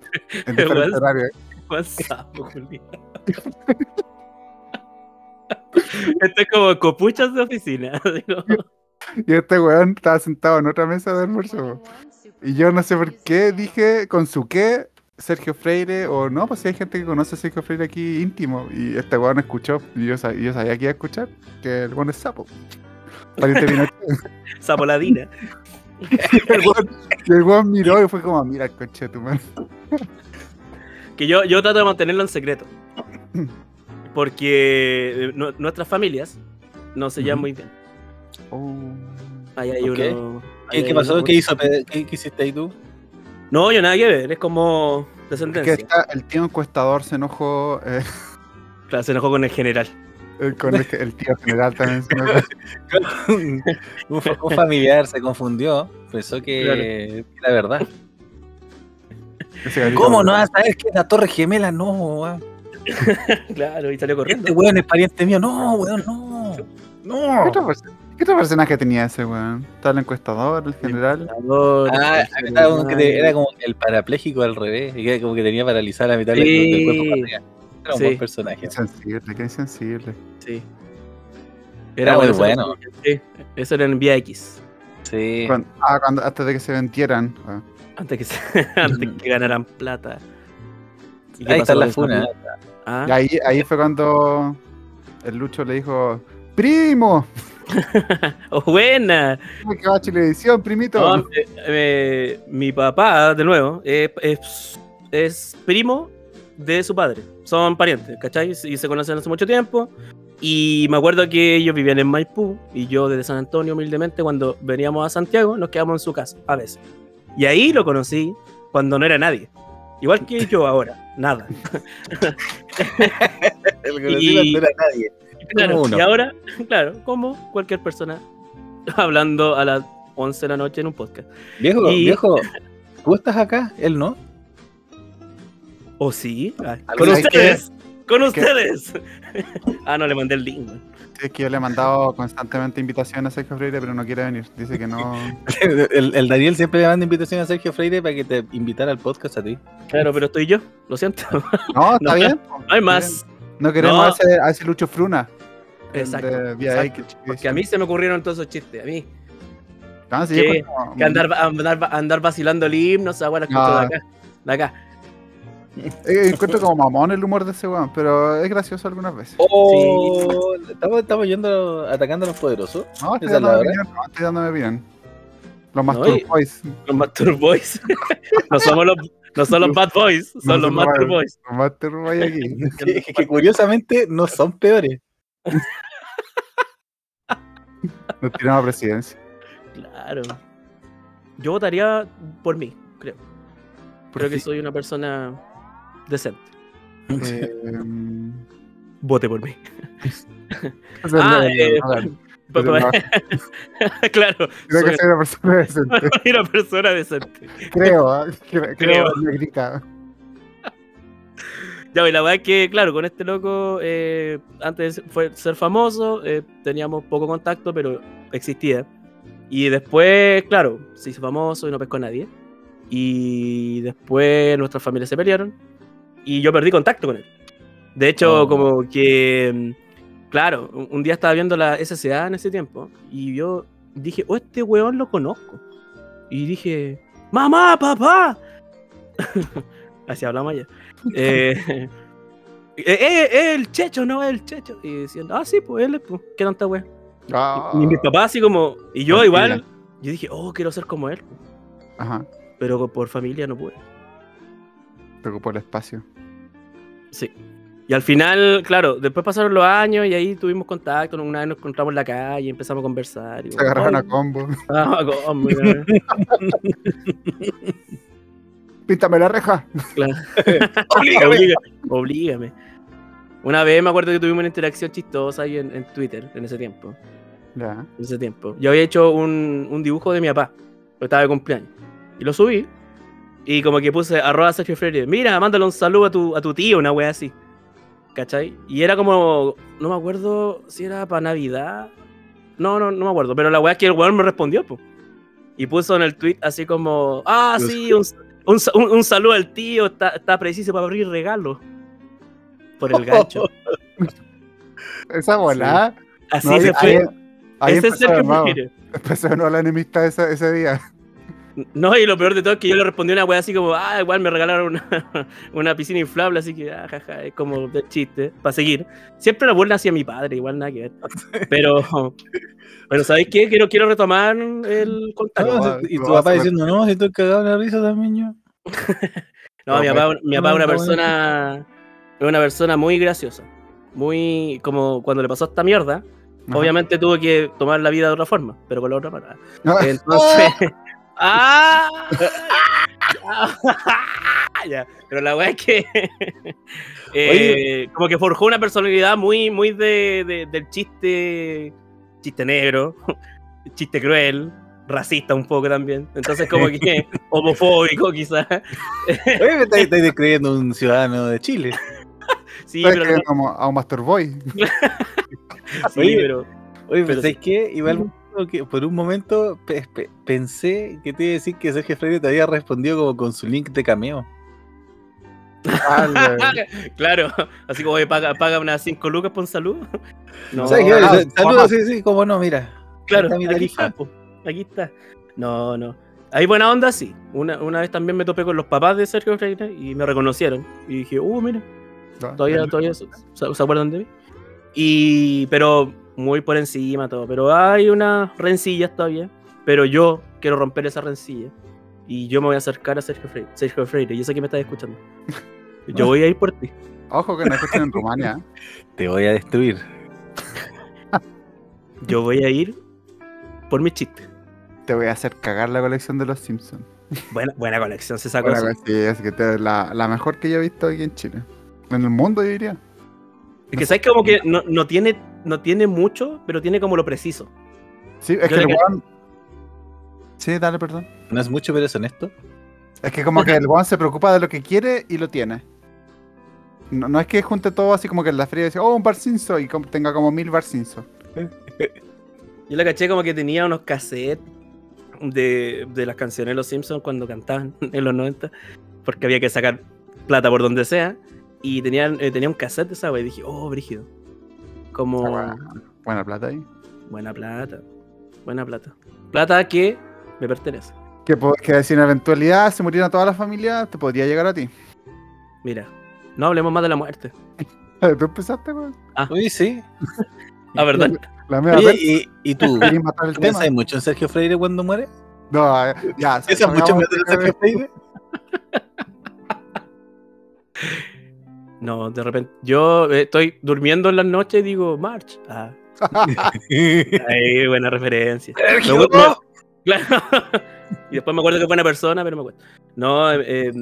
A: diferentes
B: Igual.
A: horarios.
B: Juan Sapo, Julián. Esto es como copuchas de oficina. digo.
A: Y este weón estaba sentado en otra mesa de almuerzo. Y yo no sé por qué dije con su qué Sergio Freire o no, pues si hay gente que conoce a Sergio Freire aquí íntimo. Y este weón escuchó, y yo, sab- y yo sabía que iba a escuchar, que el weón es sapo. Pariente de Pinochet.
B: Sapoladina.
A: Y el weón- y el weón miró y fue como, mira el coche de tu madre.
B: Que yo, yo trato de mantenerlo en secreto. Porque eh, nu- nuestras familias no se llevan
A: Ujú.
B: muy bien.
A: Oh.
B: Ahí hay
C: ¿Por qué?
B: uno. ahí
C: ¿Qué, qué
B: hay
C: pasó?
B: uno-
C: ¿Qué hizo? Pe- ¿Qué, qué hiciste ahí tú?
B: No, yo nada que ver, es como
A: Es que
B: descendencia.
A: está- el tío encuestador se enojó, eh,
B: Claro, se enojó con el general.
A: eh, con el, el tío general también se enojó.
C: un, fa- un familiar se confundió, pensó que
B: Claro.
C: que era verdad.
A: Ese gatito-
C: ¿Cómo no vas a saber que la torre gemela? No, weón.
B: Claro, y salió
C: Este
B: corriendo.
C: weón es pariente mío. No, weón, no.
A: ¿Qué
C: No.
A: otro, perso- qué otro personaje tenía ese weón? Estaba el encuestador, el general.
C: Ah, era, como que te- era como el parapléjico al revés, y que como que tenía paralizada la mitad del-
B: Sí.
C: del cuerpo. para arriba. Era un
B: Sí.
C: buen personaje.
A: Qué sensible, qué insensible.
B: Sí.
C: Era muy
B: ese-
C: bueno.
B: Sí, eso era en Vía X.
C: Sí.
A: Cuando- ah, cuando- antes de que se vendieran. ah.
B: Antes que, se- antes que ganaran plata. ¿Y qué
C: Ahí
B: pasó
C: está la
B: con esa
C: funa.
B: plata? Ah,
A: Y ahí, ahí fue cuando el Lucho le dijo: ¡Primo!
B: ¡Oh, buena!
A: ¿cómo que va a Chilevisión, primito?
B: No, eh, eh, mi papá, de nuevo, eh, es, es primo de su padre. Son parientes, ¿cachai? Y se conocen hace mucho tiempo. Y me acuerdo que ellos vivían en Maipú y yo desde San Antonio, humildemente, cuando veníamos a Santiago, nos quedamos en su casa a veces. Y ahí lo conocí cuando no era nadie. Igual que yo ahora, nada.
C: El
B: conocido no era
C: nadie.
B: Claro,
C: uno.
B: y ahora, claro, como cualquier persona hablando a las 11 de la noche en un podcast.
C: Viejo,
B: Y-
C: viejo, tú estás acá, él no.
B: ¿O sí? Ah,
C: Algo
B: ¡Con
A: hay que-
B: ustedes! ¡Con
A: que-
B: ustedes! ah, no, le mandé el link. man.
A: Es que yo le he mandado constantemente invitaciones a Sergio Freire, pero no quiere venir. Dice que no.
C: El, el Daniel siempre le manda invitación a Sergio Freire para que te invitara al podcast a ti.
B: Claro, pero estoy yo. Lo siento.
A: No, está
B: No,
A: bien. po,
B: No hay
A: está
B: más.
A: bien. No queremos
B: No.
A: A, ese, a ese Lucho Fruna. el
B: Exacto.
A: de Vía
B: exacto.
A: X,
B: Porque a mí se me ocurrieron todos esos chistes. A mí.
A: No, sí,
B: que-
A: yo cuando-
B: Que andar, andar, andar vacilando el himno, esa weá la escucho
A: No.
B: de acá. De acá.
A: eh, encuentro como mamón el humor de ese weón, pero es gracioso algunas veces.
C: Oh, estamos, estamos yendo atacando a los poderosos.
A: No, estoy
C: esa es la
A: dándome
C: verdad.
A: opinión. No, estoy dándome opinión. Los
B: No, y-
A: Mastur Boys.
B: Los Master Boys. no somos los, no son los Bad Boys, son
A: No
B: los
A: son
B: Master
A: los-
B: Boys.
A: Los Mastur Boys aquí.
C: Que, que curiosamente no son peores.
A: Nos tiramos a presidencia.
B: Claro. Yo votaría por mí, creo.
A: Por
B: Creo que
A: ti.
B: soy una persona decente.
A: Eh, mm,
B: Vote por mí.
A: esa es
B: Ah,
A: la-
B: eh, pues,
A: a ver, pero
B: Pa-
A: no,
B: pa- claro,
A: Creo
B: soy
A: que soy una persona
B: pues,
A: decente.
B: una persona decente.
A: Creo, ¿eh? creo,
B: pues, Creo.
A: creo, negrita.
B: Ya, y la verdad es que, claro, con este loco, eh, antes de ser- fue ser famoso, eh, teníamos poco contacto, pero existía. Y después, claro, se hizo famoso y no pescó a nadie. Y después nuestras familias se pelearon y yo perdí contacto con él. De hecho,
C: Oh.
B: como que, mm, claro, un un día estaba viendo la SCA en ese tiempo y yo dije, oh, este weón lo conozco. Y dije, mamá, papá. Así hablamos ayer. Eh, eh, eh, eh, el checho, no, el checho. Y diciendo, ah, sí, pues él, es, pues, qué tanta wea.
A: Ah,
B: Y mi papá así como, y yo igual,
A: Mentira.
B: yo dije, oh, quiero ser como él,
A: Ajá,
B: pero por familia no pude.
A: te ocupó el espacio.
B: Sí. Y al final, claro, después pasaron los años y ahí tuvimos contacto, una vez nos encontramos en la calle, empezamos a conversar. Y
A: Se
B: como,
A: agarraron
B: "Ay,
A: a combo.
B: ah, oh, mira".
A: Píntame la reja.
B: Obliga- Oblígame. Una vez me acuerdo que tuvimos una interacción chistosa ahí en, en Twitter en ese tiempo.
A: Ya.
B: en ese tiempo. Yo había hecho un, un dibujo de mi papá, porque estaba de cumpleaños. Y lo subí. Y como que puse arroba Sergio Freire. Mira, mándale un saludo a tu, a tu tío, una wea así. ¿Cachai? Y era como. No me acuerdo si era para Navidad. No, no, no me acuerdo. Pero la wea es que el weón me respondió, po. Y puso en el tweet así como. Ah,
C: Los-
B: sí, un, un sa- un- un saludo al tío. Está, está preciso para abrir regalo. Por el gancho.
A: Esa volada.
B: Así
A: no,
B: se
A: ahí-
B: fue.
A: Ahí, ahí
B: Ese
A: empezó,
B: es
A: de
B: Sergio
A: nuevo,
B: Freire.
A: empezó de nuevo la enemistad esa- ese día.
B: No, y lo peor de todo es que yo le respondí una wea así como, ah, igual me regalaron una, una piscina inflable, así que, ah, jaja, es como de chiste, para seguir. Siempre la burla hacia mi padre, igual nada que ver. Pero, pero ¿sabéis qué? Quiero, quiero retomar el contacto.
A: No,
C: y tu
A: lo vas a
C: papá
A: ver.
C: diciendo, no, si estoy cagado de la risa también yo.
B: No, mi
A: ok.
B: papá, mi papá es una
C: No, no,
B: persona, es una persona muy graciosa. Muy, como cuando le pasó esta mierda,
A: Ajá.
B: obviamente tuvo que tomar la vida de otra forma, pero con la otra manera.
A: No,
B: Entonces. ¡Ah! Ya, Pero la weá es que. eh, como que forjó una personalidad muy, muy de, de- del chiste. Chiste negro, chiste cruel, racista un poco también. Entonces, como que homofóbico, quizás.
C: Oye, me estáis estáis describiendo a un ciudadano de Chile.
B: Sí,
A: ¿sabes
B: pero.
A: qué? como a un Master Boy.
B: sí,
C: Oye.
B: pero-
C: Oye,
B: Pero
C: pero ¿sabes qué? Igual como que por un momento pe- pe- pensé que te iba a decir que Sergio Freire te había respondido como con su link de cameo.
B: eh.
A: Dale.
B: claro, así como, oye, paga, paga unas 5 lucas por un saludo. No,
C: ¿Sabes qué?
A: ah,
C: Saludos,
A: ah.
C: sí, sí, como no, mira.
B: Claro,
C: Ahí está mi
B: aquí
C: tarifa.
B: está, po. aquí está. No, no. Hay buena onda, sí. Una, una vez también me topé con los papás de Sergio Freire y me reconocieron. Y dije, uh, mira, todavía, todavía se, se- se acuerdan de mí. Y, pero muy por encima todo. Pero hay unas rencillas todavía. Pero yo quiero romper esa rencilla. Y yo me voy a acercar a Sergio Freire. Sergio Freire, yo sé que me estás escuchando. Yo voy a ir por ti.
A: Ojo que no escuchan en Rumania. ¿eh?
C: Te voy a destruir.
B: Yo voy a ir por mi chiste.
A: Te voy a hacer cagar la colección de los Simpsons.
B: Buena, buena colección, se sacó.
A: Bueno,
B: esa.
A: sí, así que te- la, la mejor que yo he visto aquí en Chile. En el mundo, yo diría.
B: Es que sabes como que no, no tiene, no tiene mucho, pero tiene como lo preciso.
A: Sí, es
B: Yo
A: que
B: le
A: el
B: creo.
A: weón. Sí, dale, perdón.
C: No es mucho, pero es honesto.
A: Es que como que el weón se preocupa de lo que quiere y lo tiene. No, no es que junte todo así como que en la fría dice, oh, un barcinso y com- tenga como mil barcinsos.
B: Yo la caché como que tenía unos cassettes de, de las canciones de los Simpsons cuando cantaban en los 90, porque había que sacar plata por donde sea. Y tenían, eh, tenía un cassette de esa wea, y dije, oh, brígido. Como
C: Oh.
A: Ah, Buena plata ahí.
B: buena plata, buena plata. Plata que me pertenece.
A: Que, po- que si en eventualidad se muriera toda la familia, te podría llegar a ti.
B: Mira, no hablemos más de la muerte.
A: Tú empezaste, weón.
C: Uy, sí.
B: Ah, ¿verdad?
A: La mera
C: Oye,
A: per-
C: y, y tú,
A: querías matar el
C: ¿tú
A: tema.
C: ¿piensas mucho en Sergio Freire cuando muere?
A: No, eh, ya.
C: ¿Piensas mucho en
A: salgamos de-
C: Sergio Freire?
B: No, de repente. Yo eh, estoy durmiendo en las noches y digo, March. Ah,
C: ¿eh?
B: ahí, buena referencia. Me
C: Sergio,
B: gusta- Claro. y después me acuerdo que fue una persona, pero no me acuerdo. No, eh, eh,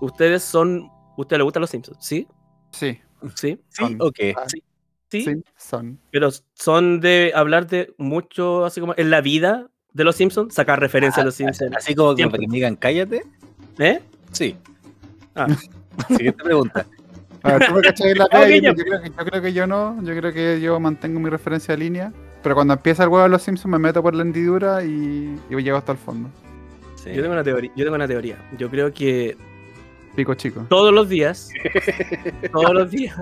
B: ustedes son. ¿Ustedes les gustan los Simpsons? ¿Sí?
A: Sí,
B: ¿Sí?
C: ¿Sí o qué?
B: ¿Sí?
A: sí, son.
B: Pero son de hablar de mucho, así como en la vida de los Simpsons, sacar referencias a los Simpsons.
C: Ah, Así como que,
B: Siempre.
C: para que me digan cállate.
B: ¿Eh?
C: Sí.
B: Ah.
C: Siguiente pregunta.
A: A ver, tú me cachai la
B: Ok,
A: talla, yo,
B: ya.
A: creo que, yo creo que yo no, yo creo que yo mantengo mi referencia de línea, pero cuando empieza el huevo de los Simpsons me meto por la hendidura y, y llego hasta el fondo.
C: Sí.
B: Yo tengo una teoría. Yo tengo una teoría. Yo creo que
A: Pico chico.
B: todos los días, todos los días,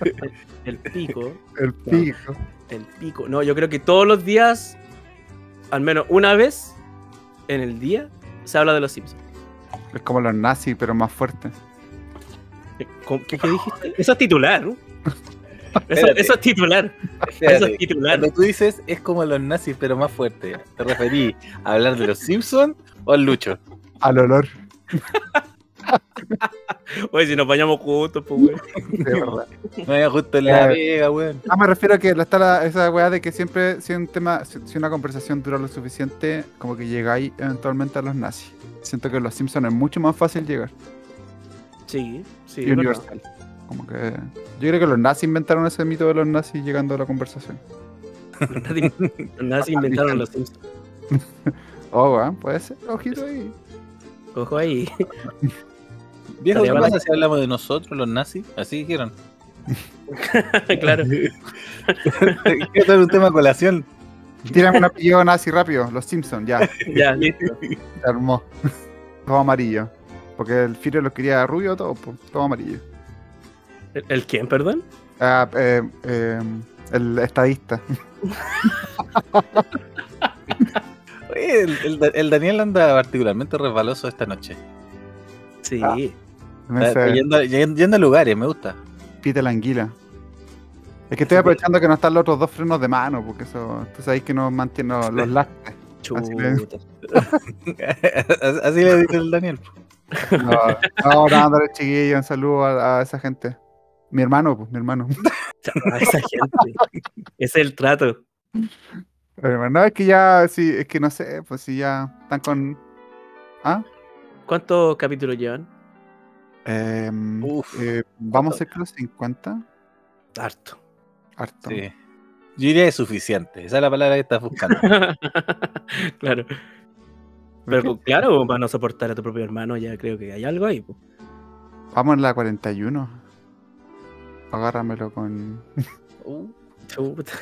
B: el- el pico
A: El pico.
B: El pico. No, yo creo que todos los días, al menos una vez en el día, se habla de los Simpsons.
A: Es como los nazis, pero más fuerte.
B: Eh, ¿cómo- ¿Qué, qué dijiste? Eso es titular. ¿no? Eso,
C: Espérate.
B: eso es titular. Eso es
C: Espérate,
B: titular.
C: Cuando tú dices es como los nazis, pero más fuerte, ¿te referí a hablar de los Simpsons o al Lucho?
A: Al olor.
B: Oye, si nos bañamos juntos, pues, güey.
A: De verdad.
C: No había justo en la
A: Claro.
C: vega, weón.
A: Ah, me refiero a que está la- esa weá de que siempre, si un tema, si, si una conversación dura lo suficiente, como que llegáis eventualmente a los nazis. Siento que los Simpsons es mucho más fácil llegar.
B: Sí, sí.
A: y
B: es
A: universal. Como que. Yo creo que los nazis inventaron ese mito de los nazis llegando a la conversación.
B: verdad. Nadie- Nadie inventaron los Simpsons.
A: Oh, weón, puede ser. Ojito ahí.
B: Ojo ahí.
C: Viejo, ¿qué
B: Estaría
C: pasa si hablamos de nosotros, los nazis? Así dijeron.
B: claro.
C: Quiero traer un tema a colación.
A: Tírame un apellido nazi rápido. Los Simpsons, ya.
B: Ya, listo.
A: Se armó. Todo amarillo. Porque el Firo lo quería rubio, todo, po, todo amarillo.
B: ¿El, el quién, perdón?
A: Ah, eh, eh, el estadista.
C: Oye, el, el- el Daniel anda particularmente resbaloso esta noche.
B: Sí.
A: Ah. Me
C: Está-
A: dice,
C: yendo, yendo- yendo a lugares, me gusta.
A: Pite la anguila. Es que estoy aprovechando que no están los otros dos frenos de mano, porque eso, tú sabes que no mantiene los, los lastres.
B: Chuta.
C: Así le dice el Daniel. pues,
A: No, no, no, no, chiquillo, un saludo a, a esa gente. Mi hermano, pues, mi hermano.
B: Chao, Esa gente. Ese es el trato.
A: Pero no, es que ya, sí, es que no sé, pues si ya están con. ¿Ah?
B: ¿Cuántos capítulos llevan?
A: em,
C: Uf.
A: eh, vamos a cerca de los 50.
B: Harto.
A: Harto.
C: Sí. Yo diría que es suficiente. Esa es la palabra que estás buscando.
B: claro. Pero claro, para no soportar a tu propio hermano, ya creo que hay algo ahí. pues. po.
A: Vamos en la 41. Agárramelo con.
C: Uh,
B: Chuta.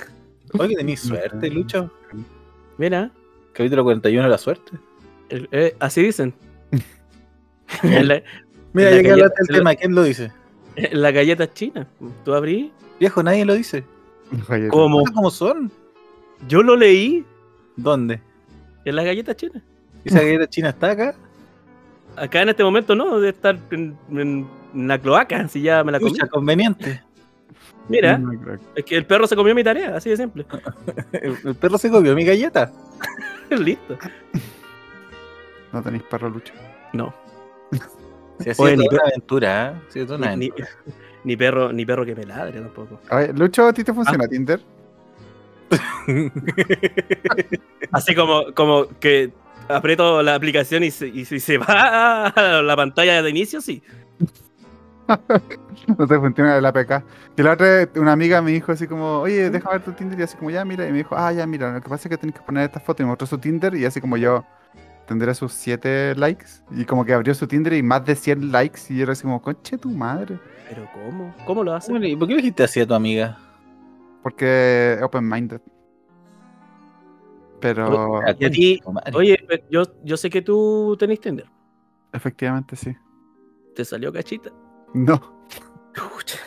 C: Oye, tenéis suerte, Lucho.
B: Mira,
C: Capítulo 41 de la suerte.
B: el- eh, así dicen. en, la,
C: Mira,
B: La
C: ya que
B: galleta,
C: hablaste del
B: lo-
C: tema, ¿quién lo dice?
B: en la galleta china. Tú abrí.
C: Viejo, nadie lo dice.
A: Oye,
B: ¿Cómo?
C: ¿Cómo son?
B: Yo lo leí
C: ¿Dónde?
B: en la galleta china.
C: ¿Esa galleta china está acá?
B: Acá en este momento no, de estar en, en la cloaca, si ya me la comí.
C: Escucha, conveniente.
B: Mira,
A: no creo que-
B: es que el perro se comió mi tarea, así de simple.
C: El, el perro se comió mi galleta.
B: Listo.
A: No tenéis perro lucha.
B: No,
C: Sí, ha sido
B: Oye, ni
C: toda
B: pe-
C: una aventura, ¿eh? Ha sido toda una
B: ni,
C: aventura.
B: ni perro, ni perro que me ladre tampoco.
A: Oye, Lucho, ¿a ti te
C: Ah.
A: funciona Tinder?
B: Así como, como que aprieto la aplicación y se, y, se- y se va a la pantalla de inicio, sí.
A: No te funciona la APK. Y la otra, una amiga me dijo así como, oye, déjame ver tu Tinder. Y así como, ya, mira. Y me dijo, ah, ya, mira. Lo que pasa es que tenés que poner esta foto. Y me mostró su Tinder. Y así como yo tendría sus 7 likes. Y como que abrió su Tinder y más de 100 likes. Y yo era así como, conche tu madre.
B: Pero ¿cómo? ¿Cómo lo hace?
C: Bueno, ¿y por qué le dijiste así a tu amiga?
A: Porque open-minded. Pero
B: Ah, Y a ti- Oye, pe- yo, yo sé que tú tenés Tinder.
A: efectivamente sí.
B: Te salió cachita.
A: No,
B: Chucha.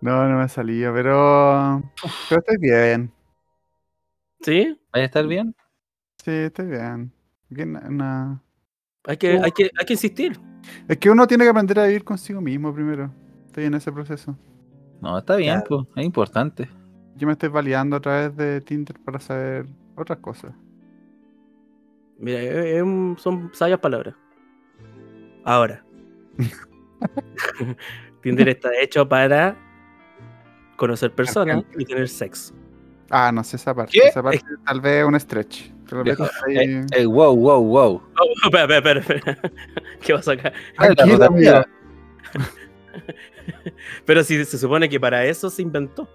A: no, no me salía. Pero, pero estoy bien.
B: ¿Sí?
C: ¿Vaya a estar bien?
A: Sí, estoy bien. Aquí na- na-
B: Hay que, hay que, hay que insistir.
A: Es que uno tiene que aprender a vivir consigo mismo primero. Estoy en ese proceso.
C: No, está bien, pues, es importante.
A: Yo me estoy validando a través de Tinder para saber otras cosas.
B: Mira, es- es un- son sabias palabras. Ahora. Tinder está hecho para conocer personas y tener sexo.
A: Ah, no sé esa parte.
C: ¿Qué?
A: Esa parte tal vez un stretch. Tal vez
C: Viejo,
A: estoy-
C: Eh, eh, wow, wow, wow.
B: Oh, espera, espera, espera, espera. ¿Qué pasa acá?
C: Ah, la
A: Tranquilo,
C: rotativa.
A: amigo.
B: Pero si se supone que para eso se inventó,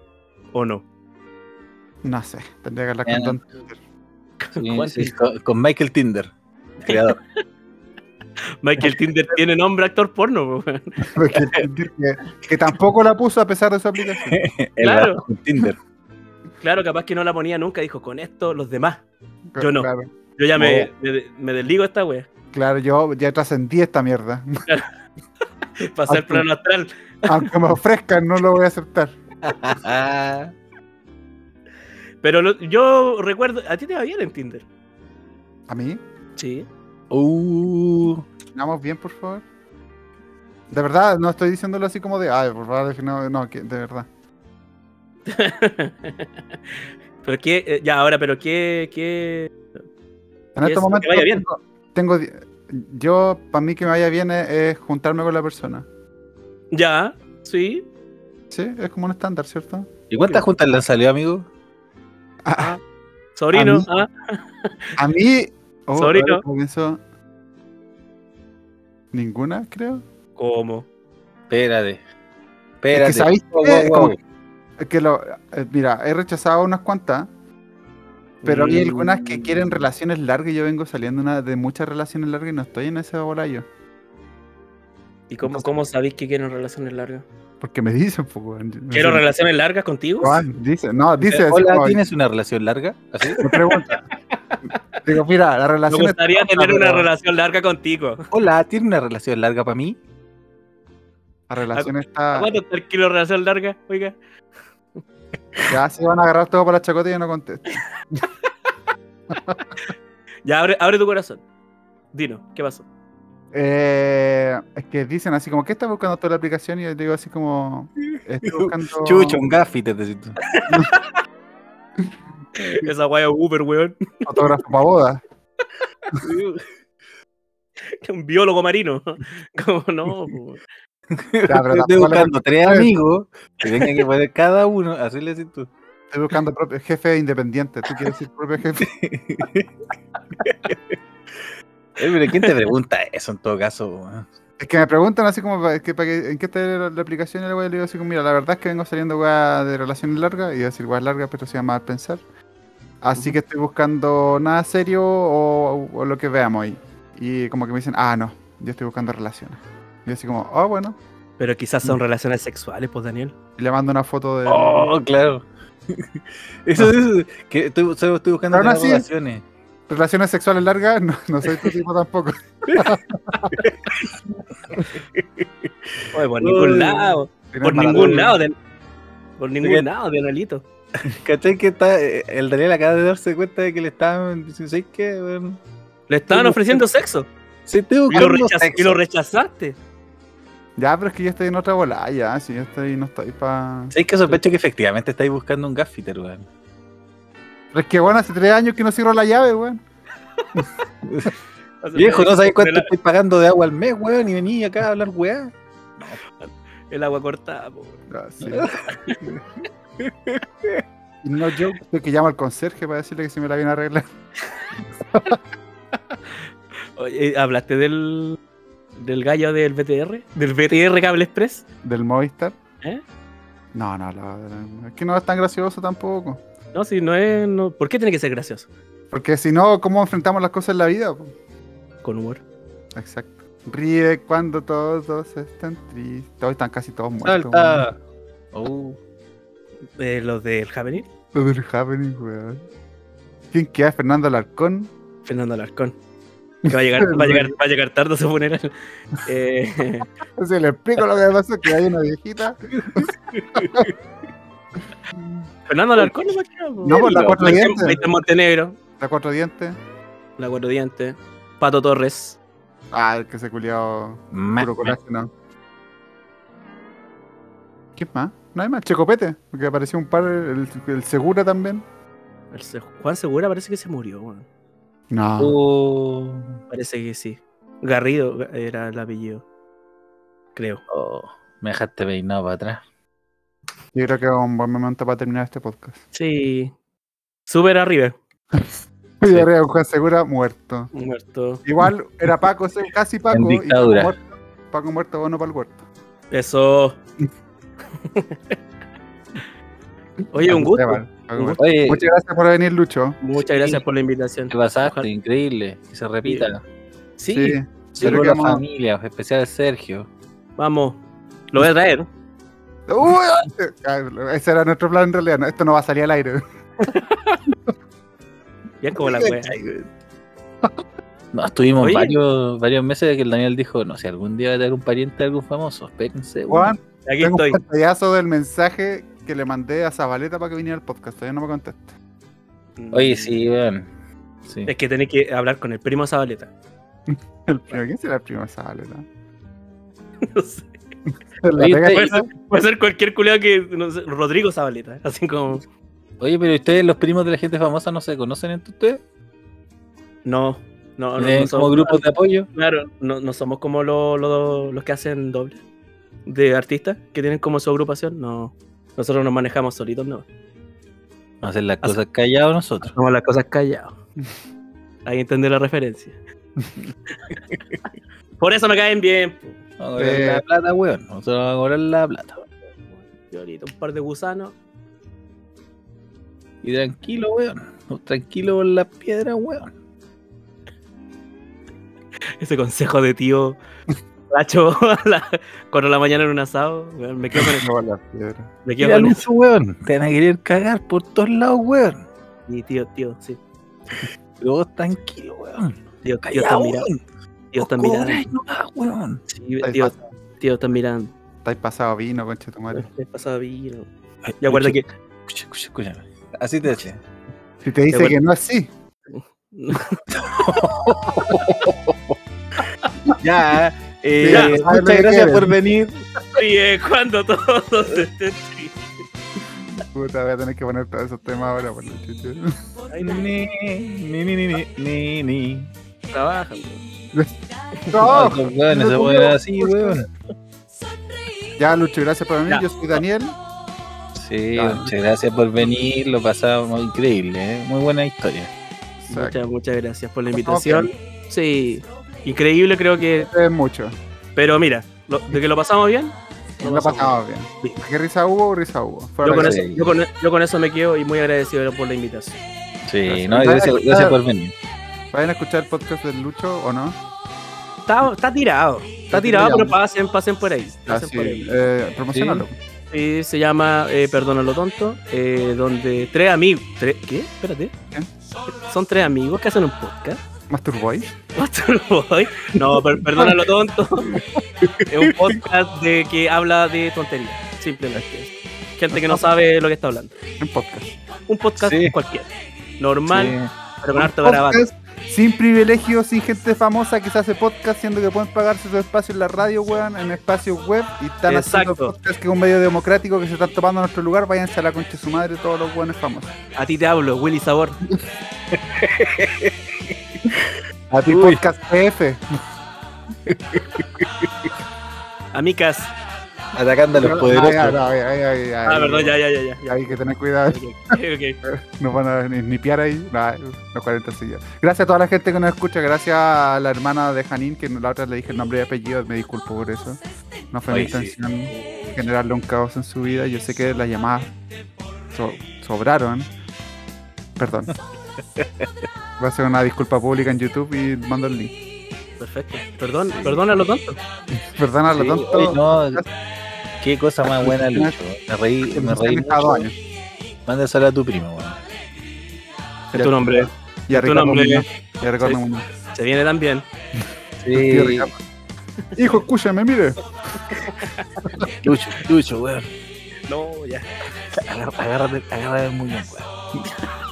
B: ¿o no?
A: No sé, tendría que hablar
C: Ya,
A: con Don.
B: ¿Cuál?
C: Sí, sí, con, con Michael Tinder, creador.
B: Michael Tinder tiene nombre actor porno. po, weón.
A: Porque el Tinder que, que tampoco la puso a pesar de su aplicación.
C: El
B: Claro.
C: bajo Tinder.
B: Claro, capaz que no la ponía nunca. Dijo, con esto los demás. Yo no.
A: Claro,
B: Yo ya me, me- me desligo de esta wea.
A: claro, yo ya trascendí esta mierda.
B: Para hacer plano astral.
A: Aunque me ofrezcan, no lo voy a aceptar.
B: Pero lo- yo recuerdo, a ti te va bien en Tinder.
A: ¿A mí?
B: Sí.
C: Uh,
A: ¿Vamos bien, por favor? De verdad, no estoy diciéndolo así como de, ay, por favor, no, no, que- de verdad.
B: pero qué, eh, ya ahora, pero qué, qué.
A: En
B: Y
A: este
B: eso,
A: momento
B: que vaya bien.
A: tengo, di- yo, para mí que me vaya bien es, es juntarme con la persona.
B: Ya, sí.
A: Sí, es como un estándar, ¿cierto?
C: ¿Y cuántas juntas le han salido, amigo?
B: Ah,
A: A
B: sobrino,
A: mí-
B: ah,
A: A mí, oh,
B: Sorry,
A: ahora
B: no.
A: que pienso- ninguna, creo.
B: ¿cómo?
C: Espérate.
A: Es
C: Espérate.
A: que sabéis
C: Wow,
A: qué?
C: wow, wow.
A: Como Es que lo, eh, mira, he rechazado unas cuantas, pero
B: Mm.
A: hay algunas que quieren relaciones largas y yo vengo saliendo una- de muchas relaciones largas y no estoy en ese bola yo.
B: ¿Y cómo, cómo sabéis que quieren relaciones largas?
A: Porque me dicen, pues, weón, yo-
B: ¿Quiero
A: no sé. Ah,
B: relaciones largas contigo?
A: Juan, dice, no, dice, así
C: Eh, Hola,
A: como-
C: ¿tienes una relación larga? ¿Así?
A: me pregunta. Digo, mira, la
B: Me
A: relación es
B: gustaría
A: tonta,
B: tener una
A: pero
B: relación larga contigo.
C: Hola, ¿tienes una relación larga para mí?
A: La relación está.
B: ¿Cuánto te quiero relación larga? Oiga.
A: Ya se van a agarrar todo para la chacota y yo no contesto.
B: Ya, abre, abre tu corazón. Dino, ¿qué pasó?
A: Eh, es que dicen así como, ¿qué estás buscando toda la aplicación? Y yo digo así como, estoy buscando.
C: Chucho, un gafi, te necesito.
B: Esa guaya Uber, weón.
A: Fotógrafo para boda.
B: Un biólogo marino. ¿Cómo no? po.
A: Ya, pero
C: Estoy
A: tampoco le-
C: buscando tres
A: Eso.
C: amigos que tengan que poner cada uno, así le decís tú.
A: Estoy buscando propio jefe independiente. ¿Tú quieres decir propio jefe?
C: Eh, pero ¿quién te pregunta eso en todo caso? weón?
A: Es que me preguntan así como, es que, para que- ¿en qué está la, la aplicación? Y le voy a decir, mira, la verdad es que vengo saliendo weá, de relaciones largas, y iba a decir weá larga, pero se llama mal pensar. Así que estoy buscando nada serio o, o lo que veamos ahí. Y como que me dicen, ah, no, yo estoy buscando relaciones. Y así como, ah, bueno.
B: Pero quizás son relaciones sexuales, pues, Daniel.
A: Y le mando una foto de...
C: Oh, claro. Eso es que estoy, solo estoy buscando
A: Pero aún
C: las
A: así-
C: relaciones.
A: Relaciones sexuales largas, no, no soy tu tipo tampoco.
B: Oye, por
C: Uy.
B: ningún lado.
A: Tienes
B: Por
A: mala
B: ningún
A: luz.
B: lado. de- por
C: Oye.
B: ningún lado, Danielito.
C: ¿Cachai que está, eh, el Daniel acaba de darse cuenta de que le estaban diciendo, ¿sabes qué? weón?
B: Le estaban
C: Oye,
B: ofreciendo sexo.
C: Sí, estoy
B: Y lo,
C: buscando
B: rechaz-
C: sexo.
B: y lo rechazaste.
A: Ya, pero es que yo estoy en otra bola, Ah, ya, si yo estoy, no estoy para...
C: ¿Sabes que sospecho que efectivamente estáis buscando un gaffiter, weón?
A: Pero es que bueno, hace tres años que no cierro la llave, weón.
C: Viejo, no sabéis cuánto
B: El,
C: estoy pagando de agua al mes, weón, y vení acá a hablar, weá.
B: el agua cortada, po.
A: Ah, sí. Y no yo, soy que llamo al conserje para decirle que si me la viene a arreglar.
B: Oye, ¿hablaste eh, del, del gallo del BTR, del BTR Cable Express.
A: ¿Del Movistar?
B: ¿Eh?
A: No, no, la- la- es que no es tan gracioso tampoco.
B: No, si no es. No, ¿Por qué tiene que ser gracioso?
A: Porque si no, ¿cómo enfrentamos las cosas en la vida? po?
B: Con humor.
A: Exacto. Ríe cuando todos están tristes. Hoy están casi todos muertos. weón.
C: Salta. Uh,
B: Eh, los del Javenil,
A: Lo del happening, weón. ¿Quién queda? Fernando Alarcón.
B: Fernando Alarcón. Que va a llegar, va a llegar, va a llegar tarde a su funeral. Eh,
A: O sea, le explico lo que pasó, que hay una viejita.
B: Fernando Alarcón, no me acuerdo.
A: No, por la cuatro
B: Maite-
A: dientes.
B: Maite Montenegro,
A: La cuatro dientes.
B: la cuatro dientes. Pato Torres.
A: Ah, el que se culiao
C: ma-
A: puro colágeno. ¿Quién más? No hay más. Checopete, porque apareció un par, el, el Segura también.
B: El Se- Juan Segura parece que se murió, weón.
A: No.
C: Uh,
B: Parece que sí. Garrido era el apellido. Creo.
C: oh, me dejaste peinado para atrás.
A: Yo creo que es un buen momento para terminar este podcast.
B: Sí. Súper arriba.
A: Y
C: Sí.
A: arriba, Juan Segura muerto.
B: Muerto.
A: Igual era Paco, se- casi Paco. y Paco
C: dictadura.
A: muerto. Paco muerto, bueno para el huerto.
B: Eso. Oye, un gusto.
A: Esteban, Paco
B: Un
A: muerto.
C: Oye,
A: Muchas gracias por venir, Lucho.
B: Muchas gracias por la invitación.
C: te pasaste,
B: Ojalá-
C: increíble. Que se repita.
B: Sí,
A: creo
C: Saludos
A: que
C: a la
A: vamos a-
C: familia, especial a Sergio.
B: vamos. Lo voy a traer.
A: ¡Uy! Ah, Ese era nuestro plan en realidad. no, esto no va a salir al aire.
B: Ya es como la wea.
C: No, estuvimos
B: Oye.
C: varios, varios meses de que el Daniel dijo, no sé, algún día va a tener un pariente de algún famoso, espérense.
A: Juan,
B: Aquí
A: tengo
B: estoy.
A: un pantallazo del mensaje que le mandé a Zabaleta para que viniera al podcast. Todavía no me contesta.
C: Oye, sí, weón. Sí.
B: Es que tenés que hablar con el primo Zabaleta.
A: El primo, ¿Quién será el primo de Zabaleta?
B: No sé.
A: La
C: Oye,
A: pega-
C: usted-
B: Puede ser, puede ser cualquier culiao que. no sé, Rodrigo Zabaleta. Así como.
C: Oye, pero ustedes, los primos de la gente famosa, no se conocen entre ustedes.
B: No, no, no. no
C: ¿Tienen como
B: somos-
C: grupos de apoyo.
B: Claro, no, no somos como lo- lo- los que hacen doble de artistas que tienen como su agrupación. No, nosotros nos manejamos solitos, no.
C: Vamos a hacer las cosas callados nosotros.
B: Hacemos las cosas callados. Ahí entender la referencia. Por eso me caen bien. po.
C: Vamos a cobrar la plata, weón. Nosotros vamos a cobrar la plata.
B: Y ahorita un par de gusanos.
C: Y tranquilo, weón. No, Tranquilo con las piedras, weón.
B: Ese consejo de tío Nacho a la- cuatro de la mañana en un asado. weón, Me quedo con
A: No,
B: eso.
A: la piedra.
B: Me quedo
C: Mira,
B: con eso.
C: Lucho, weón. Te van a querer cagar por todos lados, weón.
B: Y tío, tío, sí.
C: Pero vos tranquilo, weón.
B: Tío, tío está
C: Callado,
B: mirando.
C: weón.
B: Tío
C: Vos
B: está mirando.
C: cobráis nomás, weón.
B: Sí,
A: Estáis
B: tío,
A: pas-
B: tío está mirando.
A: estáis pasado vino, concha de tu madre.
B: Me he pasado vino. Y acuerda que
C: Escucha, escucha, escúchame. Así te decía.
A: Si te dice
B: bueno.
A: que no es así,
C: Ya, eh,
A: Ya, sabes lo
C: muchas
A: que
C: gracias
A: quieren.
C: por venir.
B: Oye, cuando todos estén tristes.
A: puta, voy a tener que poner todos esos temas ahora por la chucha.
C: Ni, ni, ni, ni, ni, ni, ni.
B: Trabajan.
A: No,
C: Estos weones
A: no
C: se
A: te
C: ponen
A: veo,
C: así,
A: por
C: weón.
A: Ya, Lucho, gracias por venir.
B: Ya.
A: Yo soy Daniel.
C: Sí,
A: Ya.
C: muchas gracias por venir. Lo pasamos increíble, ¿eh? Muy buena historia.
B: Muchas, muchas gracias por la
A: Pasamos
B: invitación. Sí, increíble creo que...
A: Es mucho.
B: Pero mira, lo- de que lo pasamos bien.
A: Nos la pasamos bien.
B: bien.
A: ¿Qué risa hubo? Risa hubo. Fuera
B: Yo
A: la
B: con,
A: chucha.
B: eso, yo, con, yo con eso me quedo y muy agradecido por la invitación.
C: Sí,
A: Gracias.
C: no, gracias, gracias por venir.
A: Vayan a escuchar el podcast del Lucho o no.
B: Está, está tirado, está tirado, pero pasen, pasen por ahí. Pasen
A: Así,
B: por ahí.
A: eh, promocionalo.
B: Sí, se llama eh, Perdona lo tonto, eh, donde tres amigos... Tres, ¿Qué? Espérate. Son tres amigos que hacen un podcast.
A: Masturboy.
B: Boy. No, per- perdona
C: Ah.
B: lo tonto. Es un podcast de que habla de tonterías, simplemente. Gente que no sabe lo que está hablando.
A: En podcast.
B: Un podcast
C: Sí.
B: cualquiera. Normal,
C: Sí.
B: pero con harto grabado.
A: Podcast sin privilegios, sin gente famosa que se hace podcast, siendo que pueden pagarse su espacio en la radio, weón, en espacios web y están haciendo
B: Exacto.
A: podcast que es un medio democrático que se están tomando en nuestro lugar. Váyanse a la concha de su madre, todos los weones famosos.
B: A ti te hablo, Willy Sabor.
A: A ti,
C: Uy.
A: podcast PF.
B: Amicas,
C: Atacando a
A: Ah,
C: los poderosos.
A: Ay, ay, ay, ay, ay,
B: Ah, perdón, ya, ya, ya. ya, ya.
A: Hay que tener cuidado,
B: Ok, ok.
A: nos van a ni- nipear ahí. Nah, los 40 sillas. Gracias a toda la gente que nos escucha, gracias a la hermana de Janine, que la otra le dije el nombre y apellido, me disculpo por eso. No fue mi
C: Ay, sí.
A: intención generarle un caos en su vida. Yo sé que las llamadas so- sobraron. Perdón. Va a ser una disculpa pública en YouTube y mando el link.
B: Perfecto. Perdón, perdón a lo tonto.
A: Perdón a lo
C: Sí,
A: tonto.
C: oye, no, qué cosa más buena, Lucho. Me reí,
A: que
C: me
A: nos han
C: reí.
A: dejado
C: mucho.
A: años.
C: Mándasela a tu primo, weón.
B: Es tu nombre.
A: Ya
B: Tu
A: Ricardo
B: nombre.
A: Muñoz. Ya Ricardo
B: Sí.
A: Muñoz.
B: Se viene también.
A: Tío
C: Sí,
A: Ricardo. Hijo, escúchame, mire.
C: Lucho, Lucho, weón.
B: No, ya.
C: pues. Agar- Agárrate, agárrate muy bien, weón.